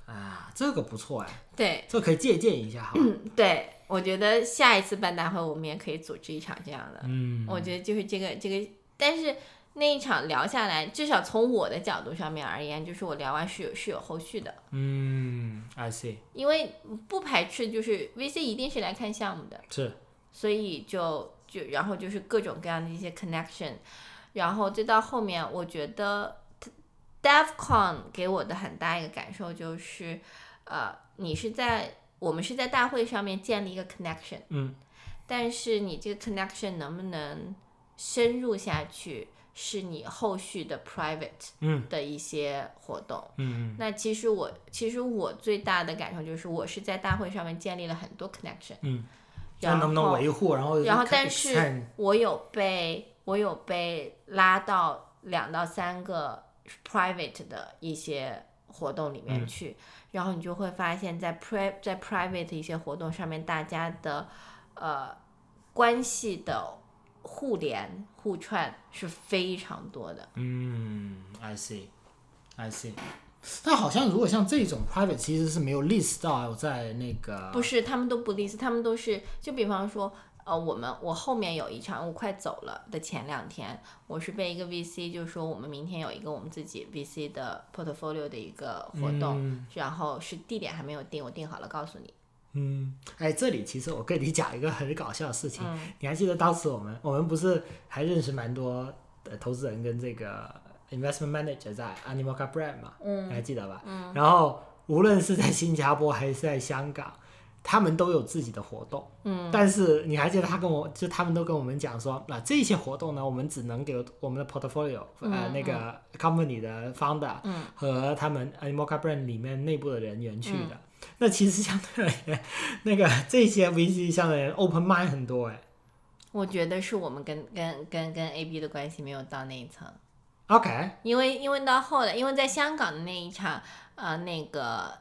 Speaker 2: 啊，这个不错哎，
Speaker 1: 对
Speaker 2: 这可以借鉴一下哈。
Speaker 1: 对，我觉得下一次办大会，我们也可以组织一场这样的。
Speaker 2: 嗯，
Speaker 1: 我觉得就是这个这个，但是那一场聊下来，至少从我的角度上面而言，就是我聊完是有是有后续的，
Speaker 2: 嗯，I see，
Speaker 1: 因为不排斥就是 VC 一定是来看项目的，
Speaker 2: 是，
Speaker 1: 所以就就然后就是各种各样的一些 connection，然后再到后面，我觉得 DevCon 给我的很大一个感受就是，呃，你是在我们是在大会上面建立一个 connection，
Speaker 2: 嗯，
Speaker 1: 但是你这个 connection 能不能深入下去，是你后续的 private
Speaker 2: 嗯
Speaker 1: 的一些活动。
Speaker 2: 嗯
Speaker 1: 那其实我其实我最大的感受就是，我是在大会上面建立了很多 connection，
Speaker 2: 嗯，那
Speaker 1: 然后
Speaker 2: 能不能维护？然后
Speaker 1: 然后
Speaker 2: 看
Speaker 1: 但是
Speaker 2: 看
Speaker 1: 我有被我有被拉到两到三个 private 的一些活动里
Speaker 2: 嗯
Speaker 1: 面去，然后你就会发现在 pri 在 private 一些活动上面，大家的呃关系的互联互串是非常多的。
Speaker 2: 嗯，I see，I see。但好像如果像这种 private 其实是没有 list 到在那个
Speaker 1: 不是，他们都不 list，他们都是就比方说，呃，我们我后面有一场，我快走了的前两天，我是被一个 VC 就说我们明天有一个我们自己 VC 的 portfolio 的一个活动，
Speaker 2: 嗯
Speaker 1: 然后是地点还没有定，我定好了告诉你。
Speaker 2: 嗯，哎，这里其实我跟你讲一个很搞笑的事情，
Speaker 1: 嗯
Speaker 2: 你还记得当时我们我们不是还认识蛮多呃投资人跟这个 investment manager 在 Animoca Brand 嘛？嗯，你还记得吧？嗯，然后无论是在新加坡还是在香港，他们都有自己的活动。嗯，但是你还记得他跟我就他们都跟我们讲说，那、这些活动呢，我们只能给我们的 portfolio 呃、那个 company 的 founder 和他们 Animoca Brand 里面内部的人员去的。那其实相对而言， *laughs* 那个这些 VC 相对而言 open mind 很多哎。
Speaker 1: 我觉得是我们跟跟跟跟 A B 的关系没有到那一层，
Speaker 2: OK，
Speaker 1: 因为因为到后来，因为在香港的那一场，呃，那个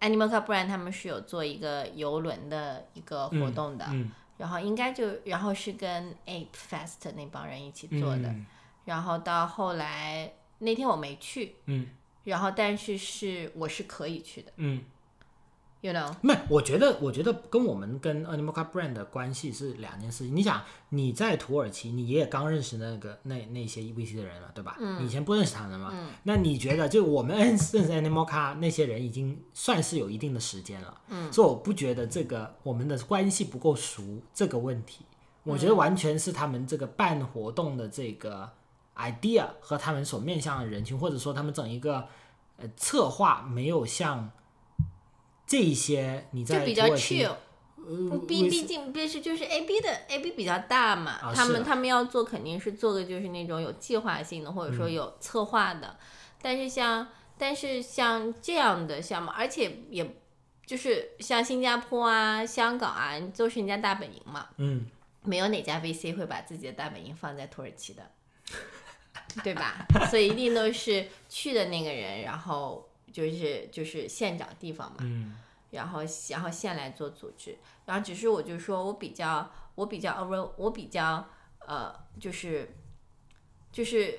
Speaker 1: Animal Cup Brand 他们是有做一个游轮的一个活动的，
Speaker 2: 嗯，
Speaker 1: 然后应该就然后是跟 Ape Fest 那帮人一起
Speaker 2: 嗯
Speaker 1: 做的，，然后到后来那天我没去，
Speaker 2: 嗯
Speaker 1: 然后但是是我是可以去的
Speaker 2: 嗯，
Speaker 1: ，you know，
Speaker 2: 没，我觉得，我觉得跟我们跟 Animal Car Brand 的关系是两件事情。你想，你在土耳其，你也刚认识那个那那些 EVC 的人了，对吧？嗯，你以前不认识他们嘛？嗯，那你觉得，就我们认识认识 Animal Car 那些人，已经算是有一定的时间了。嗯，所以我不觉得这个我们的关系不够熟这个问题，
Speaker 1: 嗯
Speaker 2: 我觉得完全是他们这个办活动的这个 idea 和他们所面向的人群，或者说他们整一个呃策划没有像。这一些你在
Speaker 1: 就比
Speaker 2: 土
Speaker 1: 较
Speaker 2: 耳其呃
Speaker 1: chill。毕毕竟毕是就是 A B 的 A B 比较大嘛，
Speaker 2: 啊
Speaker 1: 他
Speaker 2: 是
Speaker 1: 们
Speaker 2: 的
Speaker 1: 他们要做肯定是做个就是那种有计划性的，或者
Speaker 2: 嗯
Speaker 1: 说有策划的。但是像但是像这样的项目，而且也就是像新加坡啊、香港啊，都是人家大本营嘛，
Speaker 2: 嗯，
Speaker 1: 没有哪家 VC 会把自己的大本营放在土耳其的， *laughs* 对吧？所以一定都是去的那个人，然后就是就是现找地方嘛。
Speaker 2: 嗯
Speaker 1: 然后然后现来做组织，然后只是我就说我比较我比较 over 我比较呃就是就是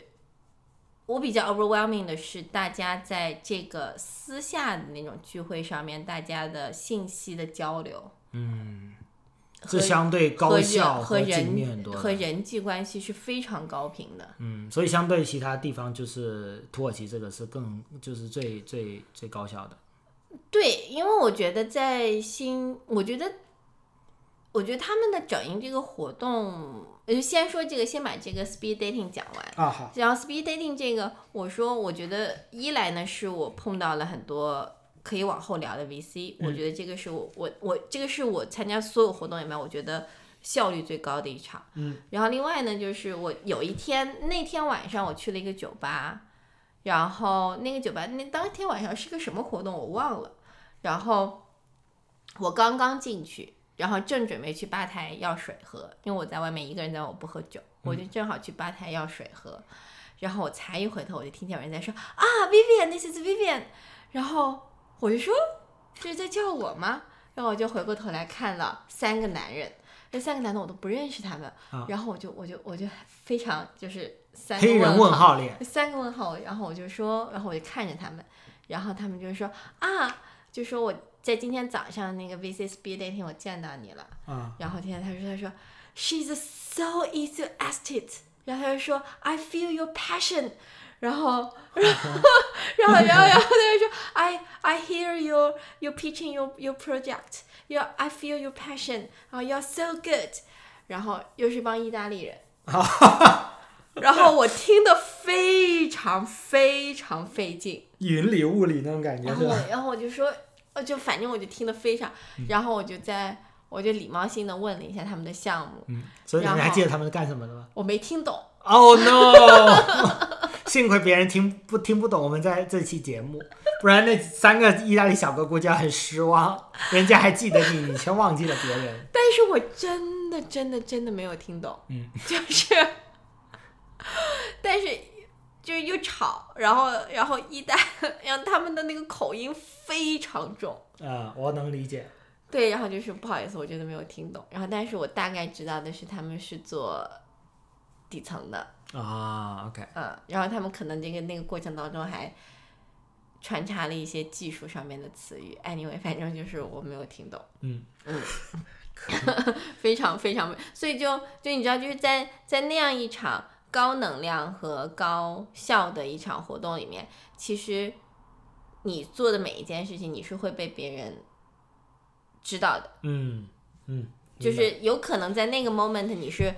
Speaker 1: 我比较 overwhelming 的是大家在这个私下的那种聚会上面大家的信息的交流，
Speaker 2: 这相对高
Speaker 1: 和
Speaker 2: 效
Speaker 1: 人和
Speaker 2: 精密很
Speaker 1: 人
Speaker 2: 多
Speaker 1: 和
Speaker 2: 的，
Speaker 1: 人际关系是非常高频的。
Speaker 2: 嗯，所以相对其他地方，就是土耳其这个是更就是最最最高效的，
Speaker 1: 对，因为我觉得在新，我觉得，我觉得他们的整一这个活动，呃，就先说这个，先把这个 speed dating 讲完。
Speaker 2: 啊好，
Speaker 1: 然后 speed dating 这个，我说我觉得一来呢是我碰到了很多可以往后聊的 VC，、我觉得这个是我我我这个是我参加所有活动里面我觉得效率最高的一场。嗯，然后另外呢就是我有一天那天晚上我去了一个酒吧，然后那个酒吧那当天晚上是个什么活动我忘了，然后我刚刚进去。然后正准备去吧台要水喝，因为我在外面一个人在，我不喝酒，我就正好去吧台要水喝。然后我才一回头，我就听见有人在说啊，Vivian，this is Vivian。然后我就说这是在叫我吗？然后我就回过头来看了三个男人，那三个男的我都不认识他们。
Speaker 2: 啊
Speaker 1: 然后我就我就我就非常就是三个
Speaker 2: 黑人问
Speaker 1: 问号
Speaker 2: 号脸，
Speaker 1: 三个问号，然后我就说，然后我就看着他们，然后他们就说啊，就说我在今天早上那个 VC Speed Dating 我见到你了。
Speaker 2: 啊，
Speaker 1: 然后听见他说，他说，She's so enthusiastic。然后他就说，I feel your passion。然后，然后，然后，然后，然后他就说，I I hear you you pitching your your project。You I feel your passion。啊，You're so good。然后又是帮意大利人。然后我听得非常非常费劲。
Speaker 2: 云里雾里那种感
Speaker 1: 然后我？嗯然后我就说，我就反正我就听得非常，然后我就在我就礼貌性的问了一下他们的项目，
Speaker 2: 嗯，所以你
Speaker 1: 然后
Speaker 2: 还记得他们是干什么的吗
Speaker 1: 我没听懂，
Speaker 2: ？Oh no！幸 *laughs* 亏别人听不听不懂我们在这期节目，不然那三个意大利小哥估计要很失望。人家还记得你，你却忘记了别人。
Speaker 1: 但是我真的真的真的没有听懂，
Speaker 2: 嗯，
Speaker 1: 就是，但是就是又吵，然后然后一旦然后他们的那个口音非常重。
Speaker 2: *laughs* 啊、我能理解。
Speaker 1: 对，然后就是不好意思，我真的没有听懂。然后，但是我大概知道的是他们是做底层的，
Speaker 2: 啊，OK，
Speaker 1: 嗯，然后他们可能这个那个过程当中还穿插了一些技术上面的词语。Anyway，反正就是我没有听懂，
Speaker 2: 嗯
Speaker 1: 嗯，非常非常，所以就就你知道，就是在在那样一场高能量和高效的一场活动里面，其实你做的每一件事情，你是会被别人知道的，
Speaker 2: 嗯嗯，
Speaker 1: 就
Speaker 2: 明白
Speaker 1: 是有可能在那个 moment 你是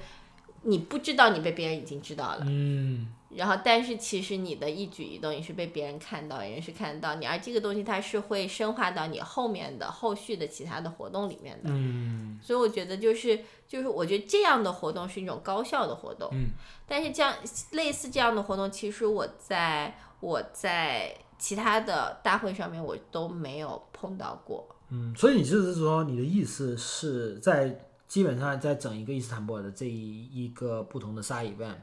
Speaker 1: 你不知道你被别人已经知道了，
Speaker 2: 嗯
Speaker 1: 然后但是其实你的一举一动也是被别人看到，人是看到你，而这个东西它是会深化到你后面的后续的其他的活动里面的。
Speaker 2: 嗯
Speaker 1: 所以我觉得就是就是，我觉得这样的活动是一种高效的活动。
Speaker 2: 嗯，
Speaker 1: 但是这样类似这样的活动，其实我在我在其他的大会上面我都没有碰到过。
Speaker 2: 嗯，所以你就是说你的意思是在基本上在整一个伊斯坦布尔的这一一个不同的 side event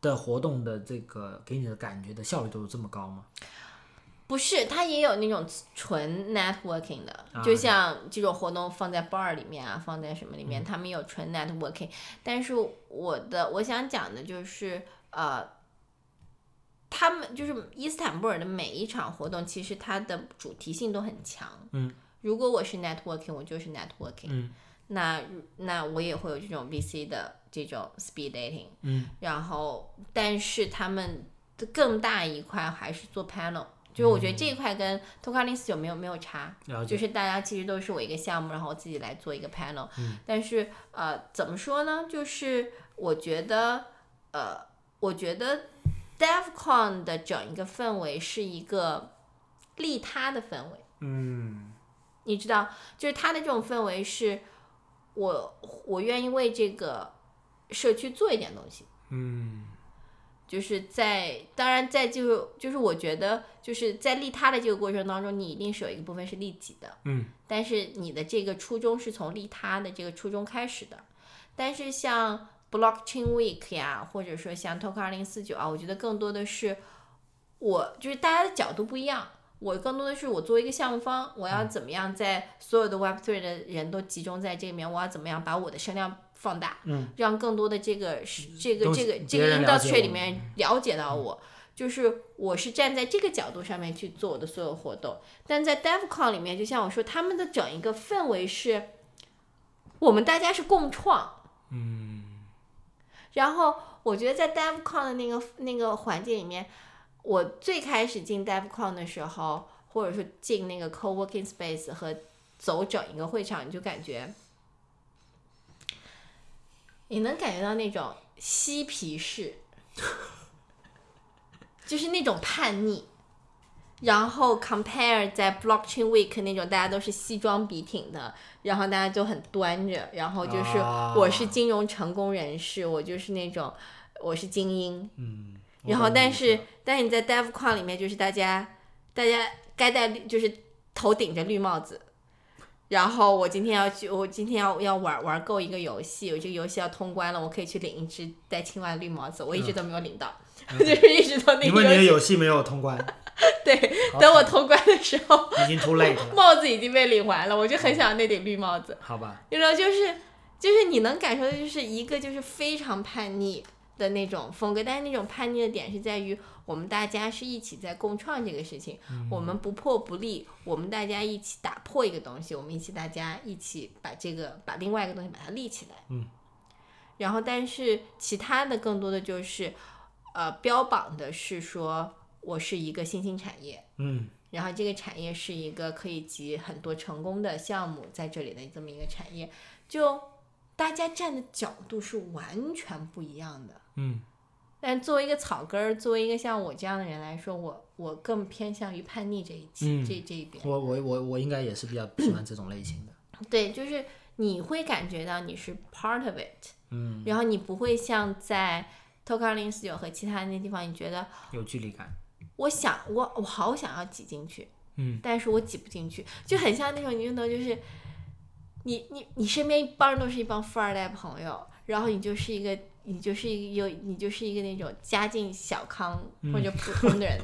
Speaker 2: 的活动的这个给你的感觉的效率都是这么高吗？
Speaker 1: 不是，它也有那种纯 networking 的，
Speaker 2: 啊
Speaker 1: 就像这种活动放在 bar 里面啊，放在什么
Speaker 2: 嗯
Speaker 1: 里面，他们有纯 networking。但是我的我想讲的就是，呃，他们就是伊斯坦布尔的每一场活动，其实它的主题性都很强。
Speaker 2: 嗯，
Speaker 1: 如果我是 networking，我就是 networking。
Speaker 2: 嗯
Speaker 1: 那那我也会有这种 VC 的这种 speed dating。
Speaker 2: 嗯
Speaker 1: 然后但是他们的更大一块还是做 panel，就是我觉得这一块跟 t o k a l i n s 有没有没有差，
Speaker 2: 嗯了
Speaker 1: 就
Speaker 2: 解。
Speaker 1: 是大家其实都是我一个项目，然后我自己来做一个 panel，、但
Speaker 2: 嗯
Speaker 1: 是呃怎么说呢，就是我觉得呃我觉得 DevCon 的整一个氛围是一个利他的氛围。
Speaker 2: 嗯
Speaker 1: 你知道，就是他的这种氛围是，我我愿意为这个社区做一点东西，
Speaker 2: 嗯
Speaker 1: 就是在当然在就是就是我觉得就是在利他的这个过程当中，你一定是有一个部分是利己的，
Speaker 2: 嗯，
Speaker 1: 但是你的这个初衷是从利他的这个初衷开始的，但是像 Blockchain Week 呀，或者说像 Token 二零四九啊，我觉得更多的是我就是大家的角度不一样。我更多的是我作为一个项目方，我
Speaker 2: 嗯
Speaker 1: 要怎么样在所有的 Web3 的人都集中在这里面，我要怎么样把我的声量放大，
Speaker 2: 嗯，
Speaker 1: 让更多的这个是这个
Speaker 2: 东
Speaker 1: 这
Speaker 2: 西
Speaker 1: 个这
Speaker 2: 别
Speaker 1: 个
Speaker 2: 人了解
Speaker 1: industry 里
Speaker 2: 我嗯
Speaker 1: 面了解到我，就是我是站在这个角度上面去做我的所有活动。但在 DevCon 里面，就像我说，他们的整一个氛围是，我们大家是共创，嗯，然后我觉得在 DevCon 的那个那个环节里面，我最开始进 DevCon 的时候，或者说进那个 co-working space 和走整一个会场，你就感觉。你能感觉到那种嬉皮士，就是那种叛逆。然后 compare 在 blockchain week 那种，大家都是西装笔挺的，然后大家就很端着，然后就是
Speaker 2: 啊
Speaker 1: 我是金融成功人士，我就是那种我是精英。
Speaker 2: 嗯。我
Speaker 1: 然后，
Speaker 2: 懂
Speaker 1: 但
Speaker 2: 你意思
Speaker 1: 是
Speaker 2: 了
Speaker 1: 但是你在 dev 框里面，就是大家大家该戴绿，就是头顶着绿帽子。然后我今天要去，我今天要要玩玩够一个游戏，我这个游戏要通关了，我可以去领一只戴青蛙的绿帽子，我一直都没有领到， *laughs* 就是一直到那
Speaker 2: 嗯因为你
Speaker 1: 个
Speaker 2: 的
Speaker 1: 游戏，
Speaker 2: 游戏没有通关，
Speaker 1: 对，
Speaker 2: 好
Speaker 1: 等我
Speaker 2: 惨
Speaker 1: 通关的时候，
Speaker 2: 已经 too
Speaker 1: *laughs*
Speaker 2: late 了，
Speaker 1: 帽子已经被领完了，我就很想要那顶绿帽子。
Speaker 2: 好吧？
Speaker 1: 你知道，就是就是你能感受的，就是一个就是非常叛逆的那种风格，但是那种叛逆的点是在于我们大家是一起在共创这个事情，我们不破不立，我们大家一起打破一个东西，我们一起大家一起把这个把另外一个东西把它立起来。
Speaker 2: 嗯。
Speaker 1: 然后，但是其他的更多的就是，呃，标榜的是说我是一个新兴产业，
Speaker 2: 嗯
Speaker 1: 然后这个产业是一个可以集很多成功的项目在这里的这么一个产业，就大家站的角度是完全不一样的。
Speaker 2: 嗯
Speaker 1: 但作为一个草根儿，作为一个像我这样的人来说，我我更偏向于叛逆这一期、
Speaker 2: 嗯
Speaker 1: 这这一边。
Speaker 2: 我我我我应该也是比较喜欢这种类型的。
Speaker 1: 对，就是你会感觉到你是 part of it，
Speaker 2: 嗯，
Speaker 1: 然后你不会像在 t o k a 零四九和其他那地方，你觉得
Speaker 2: 有距离感。
Speaker 1: 我想我我好想要挤进去，
Speaker 2: 嗯
Speaker 1: 但是我挤不进去，就很像那种运动，就是你你你身边一帮人都是一帮富二代朋友，然后你就是一个你就是一个有你就是一个那种家境小康或者普通的人，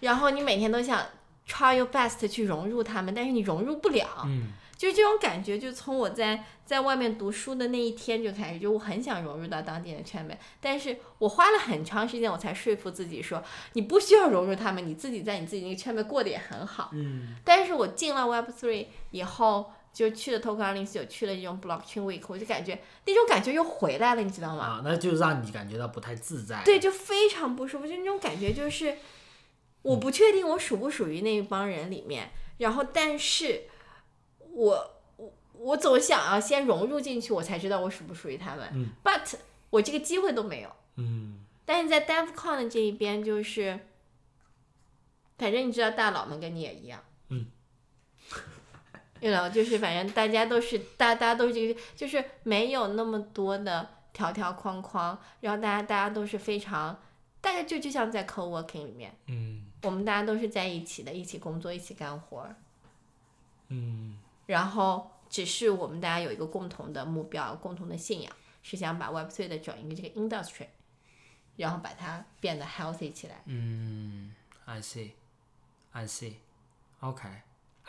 Speaker 1: 然后你每天都想 try your best 去融入他们，但是你融入不了，
Speaker 2: 嗯
Speaker 1: 就是这种感觉，就从我在在外面读书的那一天就开始，就我很想融入到当地人的圈子，但是我花了很长时间，我才说服自己说，你不需要融入他们，你自己在你自己那个圈子过得也很好。
Speaker 2: 嗯
Speaker 1: 但是我进了 Web Three 以后，就去了 Token 二零九，去了这种 Blockchain Week，我就感觉那种感觉又回来了，你知道吗？
Speaker 2: 啊，那就让你感觉到不太自在。
Speaker 1: 对，就非常不舒服，就那种感觉就是，我不确定我属不属于那一帮人里面，然后但是我我我总想要先融入进去，我才知道我属不属于他们。
Speaker 2: 嗯
Speaker 1: But 我这个机会都没有。
Speaker 2: 嗯
Speaker 1: 但是在 DevCon 的这一边，就是，反正你知道，大佬们跟你也一样，
Speaker 2: 嗯
Speaker 1: *laughs* ，you know，就是反正大家都是，大大家都是这个，就是没有那么多的条条框框，然后大家大家都是非常，大概就就像在 co-working 里面，
Speaker 2: 嗯
Speaker 1: 我们大家都是在一起的，一起工作，一起干活儿，
Speaker 2: 嗯
Speaker 1: 然后只是我们大家有一个共同的目标，共同的信仰，是想把 Web3 的整一个这个 industry，然后把它变得 healthy 起来。
Speaker 2: 嗯，I see，I see，OK、啊，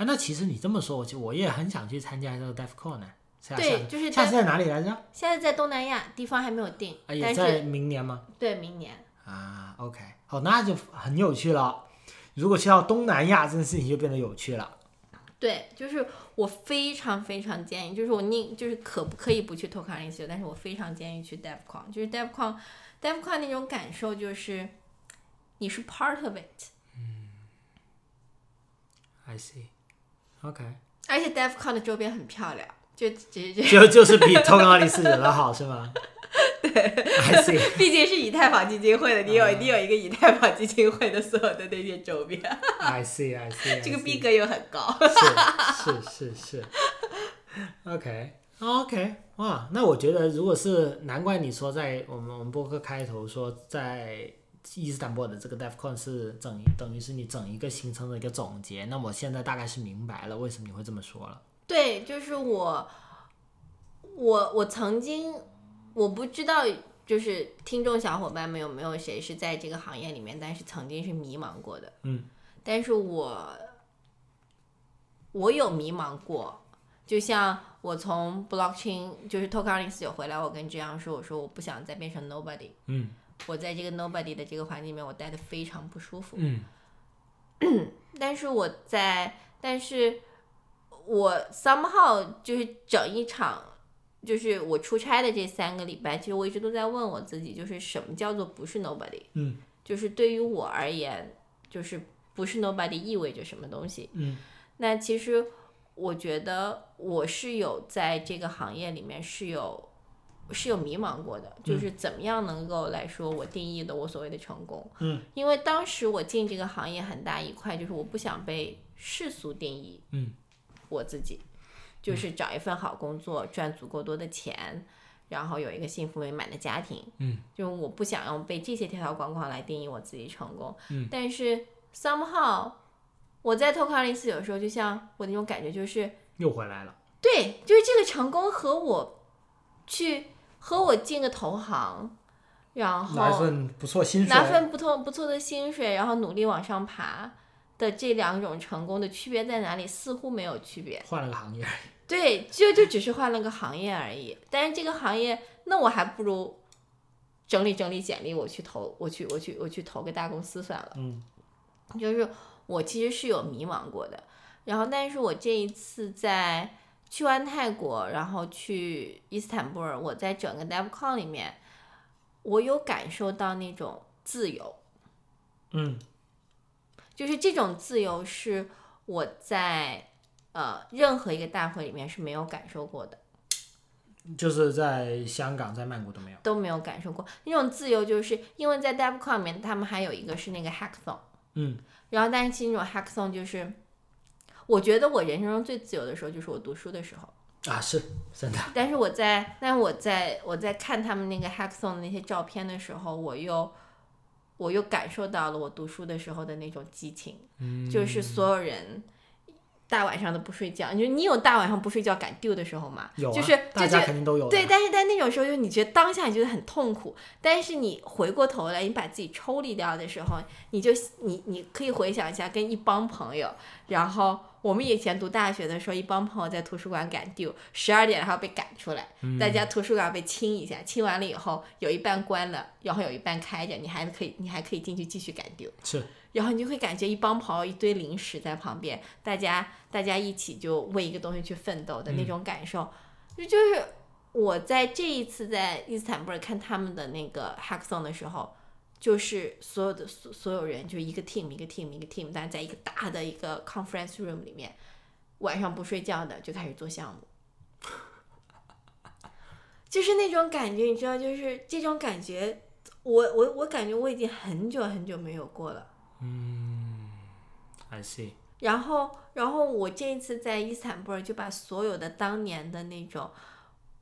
Speaker 2: 那其实你这么说，我就我也很想去参加这个 DefCon 呢。下
Speaker 1: 对
Speaker 2: 下
Speaker 1: 就是
Speaker 2: 下次在哪里来着？
Speaker 1: 现在在东南亚地方还没有定，
Speaker 2: 啊，也
Speaker 1: 但
Speaker 2: 在
Speaker 1: 是
Speaker 2: 明年吗？
Speaker 1: 对明年
Speaker 2: 啊，OK，好，那就很有趣了。如果去到东南亚，这件事情就变得有趣了。
Speaker 1: 对，就是我非常非常建议，就是我宁就是可不可以不去 Tokenisio，但是我非常建议去 DevCon，就是 DevCon，DevCon 那种感受就是你是 part of it，
Speaker 2: I see，OK，、
Speaker 1: 而且 DevCon 的周边很漂亮，就只是
Speaker 2: 就 *laughs* 就是比偷刚历史惹的好是
Speaker 1: *laughs*
Speaker 2: 吗？对，I see，
Speaker 1: 毕竟是以太坊基金会的，你
Speaker 2: 啊
Speaker 1: 有、你有一个以太坊基金会的所有的那些周边，
Speaker 2: I see，I see，, I see
Speaker 1: 这个逼格又很高。
Speaker 2: 是是是是，OK OK，哇，那我觉得如果是难怪你说在我们我们播客开头说在伊斯坦布尔的这个 DefCon 是整等于是你整一个行程的一个总结，那我现在大概是明白了为什么你会这么说了。
Speaker 1: 对，就是我，我我曾经我不知道，就是听众小伙伴们有没有谁是在这个行业里面，但是曾经是迷茫过的。
Speaker 2: 嗯，
Speaker 1: 但是我我有迷茫过，就像我从 blockchain 就是 tokenomics 九回来，我跟志阳说，我说我不想再变成 nobody，
Speaker 2: 嗯
Speaker 1: 我在这个 nobody 的这个环境里面，我待的非常不舒服。
Speaker 2: 嗯
Speaker 1: 但是我在，但是我 somehow 就是整一场，就是我出差的这三个礼拜，其实我一直都在问我自己，就是什么叫做不是 nobody，
Speaker 2: 嗯
Speaker 1: 就是对于我而言，就是不是 nobody 意味着什么东西。
Speaker 2: 嗯
Speaker 1: 那其实我觉得我是有在这个行业里面是有。是有迷茫过的，
Speaker 2: 嗯
Speaker 1: 就是怎么样能够来说我定义的我所谓的成功，
Speaker 2: 嗯
Speaker 1: 因为当时我进这个行业很大一块就是我不想被世俗定义
Speaker 2: 嗯
Speaker 1: 我自己，就是找一份好工作，赚足够多的钱，然后有一个幸福美满的家庭。
Speaker 2: 嗯，
Speaker 1: 就是我不想要被这些条条框框来定义我自己成功。
Speaker 2: 嗯，
Speaker 1: 但是 somehow 我在投康林斯有时候就像我那种感觉就是，
Speaker 2: 又回来了。
Speaker 1: 对，就是这个成功和我去和我进个投行，然后
Speaker 2: 拿一份不错薪水，
Speaker 1: 拿份不错不错的薪水，然后努力往上爬的这两种成功的区别在哪里？似乎没有区别。
Speaker 2: 换了个行业。
Speaker 1: 对，就就只是换了个行业而已。但是这个行业，那我还不如整理整理简历，我去投，我去我去我去投个大公司算了。
Speaker 2: 嗯
Speaker 1: 就是我其实是有迷茫过的，然后但是我这一次在去完泰国，然后去伊斯坦布尔，我在整个 DevCon 里面，我有感受到那种自由。
Speaker 2: 嗯
Speaker 1: 就是这种自由是我在呃任何一个大会里面是没有感受过的，
Speaker 2: 就是在香港、在曼谷都没有。
Speaker 1: 都没有感受过那种自由，就是因为在 DevCon 里面，他们还有一个是那个 Hackathon，
Speaker 2: 嗯
Speaker 1: 然后但是其实那种 Hackathon 就是。我觉得我人生中最自由的时候就是我读书的时候，
Speaker 2: 啊，是真的。
Speaker 1: 但是我在，但是我在我在看他们那个 hackathon 的那些照片的时候，我又我又感受到了我读书的时候的那种激情。
Speaker 2: 嗯，
Speaker 1: 就是所有人大晚上都不睡觉。你说你有大晚上不睡觉敢丢的时候吗？
Speaker 2: 有啊，
Speaker 1: 就是
Speaker 2: 大
Speaker 1: 就
Speaker 2: 家
Speaker 1: 就
Speaker 2: 肯定都有的。
Speaker 1: 对，但是在那种时候，就你觉得当下你觉得很痛苦，但是你回过头来，你把自己抽离掉的时候，你就你你可以回想一下，跟一帮朋友，然后我们以前读大学的时候，一帮朋友在图书馆赶 due，十二点还要被赶出来，
Speaker 2: 嗯
Speaker 1: 大家图书馆被清一下，清完了以后，有一半关了，然后有一半开着，你还可以你还可以进去继续赶 due。
Speaker 2: 是
Speaker 1: 然后你就会感觉一帮朋友一堆零食在旁边，大家大家一起就为一个东西去奋斗的那
Speaker 2: 嗯
Speaker 1: 种感受，就、就是我在这一次在伊斯坦布尔看他们的那个 hackathon 的时候，就是所有的所所有人就一个 team 一个 team 一个 team，大家在一个大的一个 conference room 里面，晚上不睡觉的就开始做项目，就是那种感觉，你知道，就是这种感觉，我我我感觉我已经很久很久没有过了。
Speaker 2: 嗯，I see。
Speaker 1: 然后，然后我这一次在伊斯坦布尔就把所有的当年的那种，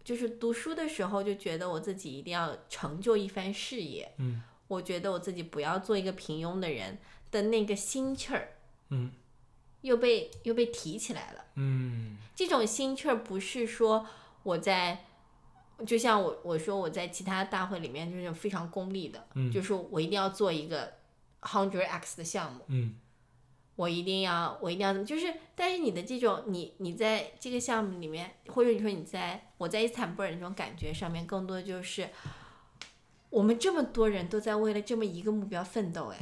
Speaker 1: 就是读书的时候就觉得我自己一定要成就一番事业，
Speaker 2: 嗯
Speaker 1: 我觉得我自己不要做一个平庸的人的那个心气儿
Speaker 2: 嗯
Speaker 1: 又被又被提起来了。
Speaker 2: 嗯
Speaker 1: 这种心气儿不是说我在，就像我我说我在其他大会里面就是非常功利的，
Speaker 2: 嗯
Speaker 1: 就是我一定要做一个 hundred x 的项目，
Speaker 2: 嗯
Speaker 1: 我一定要我一定要怎么，就是但是你的这种你你在这个项目里面，或者你说你在我在伊斯坦布尔那种感觉上面，更多就是我们这么多人都在为了这么一个目标奋斗，哎，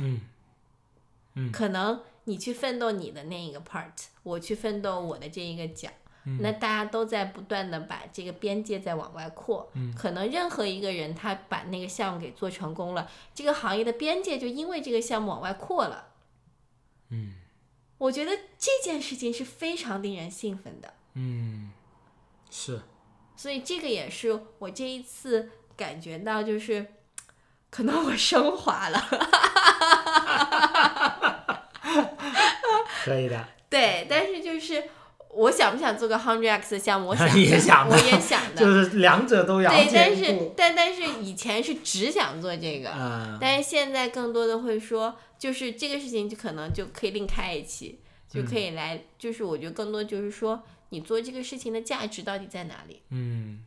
Speaker 2: 嗯
Speaker 1: 可能你去奋斗你的那一个 part，我去奋斗我的这一个奖，
Speaker 2: 嗯
Speaker 1: 那大家都在不断的把这个边界在往外扩。
Speaker 2: 嗯
Speaker 1: 可能任何一个人他把那个项目给做成功了，这个行业的边界就因为这个项目往外扩了。
Speaker 2: 嗯
Speaker 1: 我觉得这件事情是非常令人兴奋的，
Speaker 2: 嗯，是，
Speaker 1: 所以这个也是我这一次感觉到就是。可能我升华了，
Speaker 2: 可以的。
Speaker 1: 对，但是就是我想不想做个 hundred x 的项目，我
Speaker 2: *laughs*
Speaker 1: 想
Speaker 2: 也想
Speaker 1: 我
Speaker 2: 的
Speaker 1: 也想的，
Speaker 2: *laughs* 就是两者都要
Speaker 1: 对，但
Speaker 2: 兼
Speaker 1: 是
Speaker 2: 顾。
Speaker 1: 但但是以前是只想做这个，
Speaker 2: 嗯，
Speaker 1: 但是现在更多的会说，就是这个事情就可能就可以另开一期，就可以
Speaker 2: 嗯
Speaker 1: 来，就是我觉得更多就是说，你做这个事情的价值到底在哪里
Speaker 2: 嗯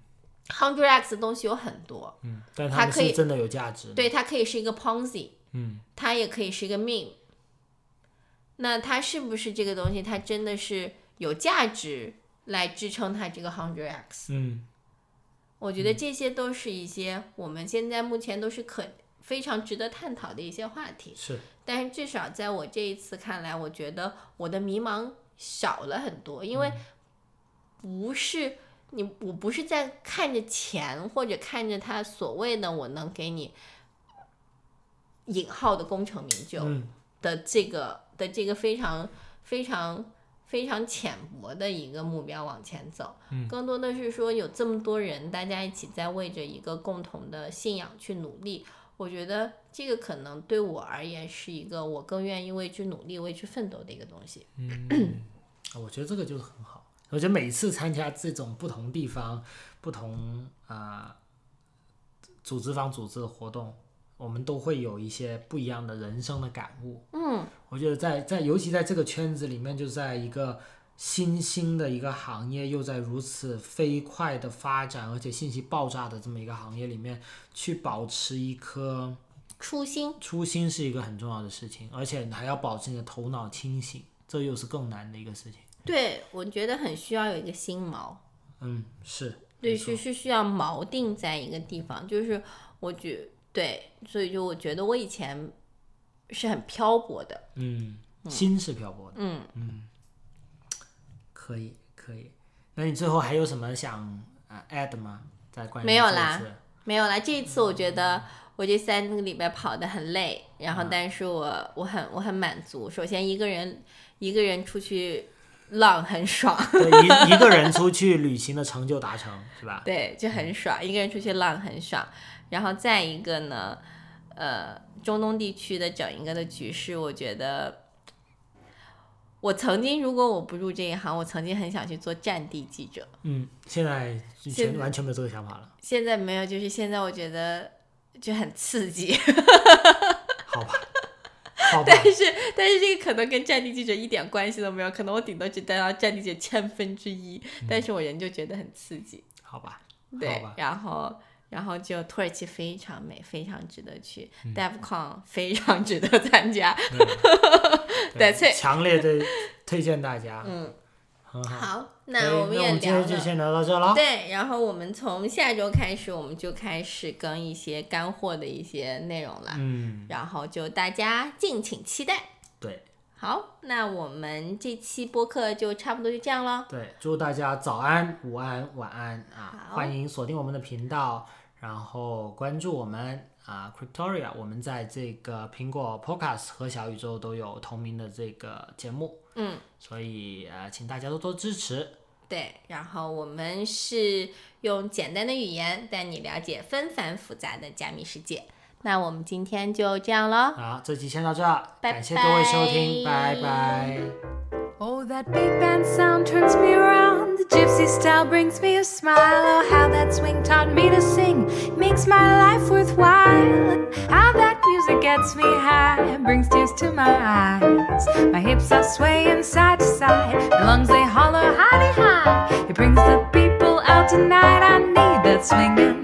Speaker 1: ？Hundred X 的东西有很多，
Speaker 2: 嗯，但
Speaker 1: 它
Speaker 2: 他们
Speaker 1: 可以
Speaker 2: 是真的有价值。，
Speaker 1: 对，它可以是一个 Ponzi，
Speaker 2: 嗯
Speaker 1: 它也可以是一个 meme。那它是不是这个东西，它真的是有价值来支撑它这个 Hundred X？
Speaker 2: 嗯
Speaker 1: 我觉得这些都是一些我们现在目前都是可非常值得探讨的一些话题。
Speaker 2: 是，
Speaker 1: 但是至少在我这一次看来，我觉得我的迷茫少了很多，因
Speaker 2: 嗯
Speaker 1: 为不是你，我不是在看着钱或者看着他所谓的我能给你引号的功成名就
Speaker 2: 嗯
Speaker 1: 的这个的这个非常非常非常浅薄的一个目标往前走。
Speaker 2: 嗯
Speaker 1: 更多的是说有这么多人，大家一起在为着一个共同的信仰去努力。我觉得这个可能对我而言是一个我更愿意为之努力、为之奋斗的一个东西。
Speaker 2: 啊我觉得这个就是很好。我觉得每次参加这种不同地方、不同啊、呃组织方组织的活动，我们都会有一些不一样的人生的感悟。
Speaker 1: 嗯
Speaker 2: 我觉得在在尤其在这个圈子里面，就在一个新兴的一个行业，又在如此飞快的发展，而且信息爆炸的这么一个行业里面，去保持一颗
Speaker 1: 初心，
Speaker 2: 初心是一个很重要的事情，而且还要保持你的头脑清醒，这又是更难的一个事情。
Speaker 1: 对我觉得很需要有一个心锚，
Speaker 2: 嗯，是，
Speaker 1: 对，
Speaker 2: 没错
Speaker 1: 是是需要锚定在一个地方。就是我觉对，所以就我觉得我以前是很漂泊的，
Speaker 2: 嗯，心是漂泊的，
Speaker 1: 嗯
Speaker 2: 可以，可以。那你最后还有什么想呃 add 吗？在关于
Speaker 1: 没有
Speaker 2: 这一
Speaker 1: 啦
Speaker 2: 次
Speaker 1: 没有啦，这一次我觉
Speaker 2: 嗯
Speaker 1: 得我这三个礼拜跑得很累，然后但是我我很我很满足。首先一个人一个人出去浪很爽，
Speaker 2: 对一一个人出去旅行的成就达成，是吧？
Speaker 1: 对，就很爽，一个人出去浪很爽。然后再一个呢，呃，中东地区的整一个的局势，我觉得。我曾经，如果我不入这一行，我曾经很想去做战地记者。
Speaker 2: 嗯，现在就
Speaker 1: 现
Speaker 2: 全完全没有这个想法了，
Speaker 1: 现在没有，就是现在我觉得就很刺激，
Speaker 2: 好吧，好
Speaker 1: *laughs*
Speaker 2: 吧，
Speaker 1: 但是但是这个可能跟战地记者一点关系都没有，可能我顶多只待到战地记者千分之一，但是我人就觉得很刺激。
Speaker 2: 好吧，好
Speaker 1: 对
Speaker 2: 吧，，
Speaker 1: 然后然后就土耳其非常美，非常值得去、d
Speaker 2: 嗯
Speaker 1: e v c o n 非常值得参加。
Speaker 2: 啊
Speaker 1: 对所以
Speaker 2: 强烈的推荐大家，嗯，很好。
Speaker 1: 好，
Speaker 2: 可以
Speaker 1: 那我们
Speaker 2: 哎那我
Speaker 1: 也
Speaker 2: 们今
Speaker 1: 聊
Speaker 2: 天就
Speaker 1: 了。
Speaker 2: 先聊到这了。
Speaker 1: 对，然后我们从下周开始，我们就开始更一些干货的一些内容了，
Speaker 2: 嗯，
Speaker 1: 然后就大家敬请期待。
Speaker 2: 对
Speaker 1: 好，那我们这期播客就差不多就这样了。
Speaker 2: 对，祝大家早安、午安、晚安啊！
Speaker 1: 好
Speaker 2: 欢迎锁定我们的频道，然后关注我们啊，Cryptoria，我们在这个苹果 Podcast 和小宇宙都有同名的这个节目，
Speaker 1: 嗯，
Speaker 2: 所以呃，请大家多多支持。
Speaker 1: 对，然后我们是用简单的语言带你了解纷繁复杂的加密世界。
Speaker 3: 那我们今天就这样喽，
Speaker 2: 好，这期先到这儿，
Speaker 3: 拜
Speaker 2: 感谢各位收听，
Speaker 3: 拜
Speaker 2: 拜拜
Speaker 4: Oh, that big band sound turns me around. The gypsy style brings me a smile. Oh, how that swing taught me to sing makes my life worthwhile. How that music gets me high brings tears to my eyes. My hips are swaying side to side. My lungs they holler high high. It brings the people out tonight. I need that swinging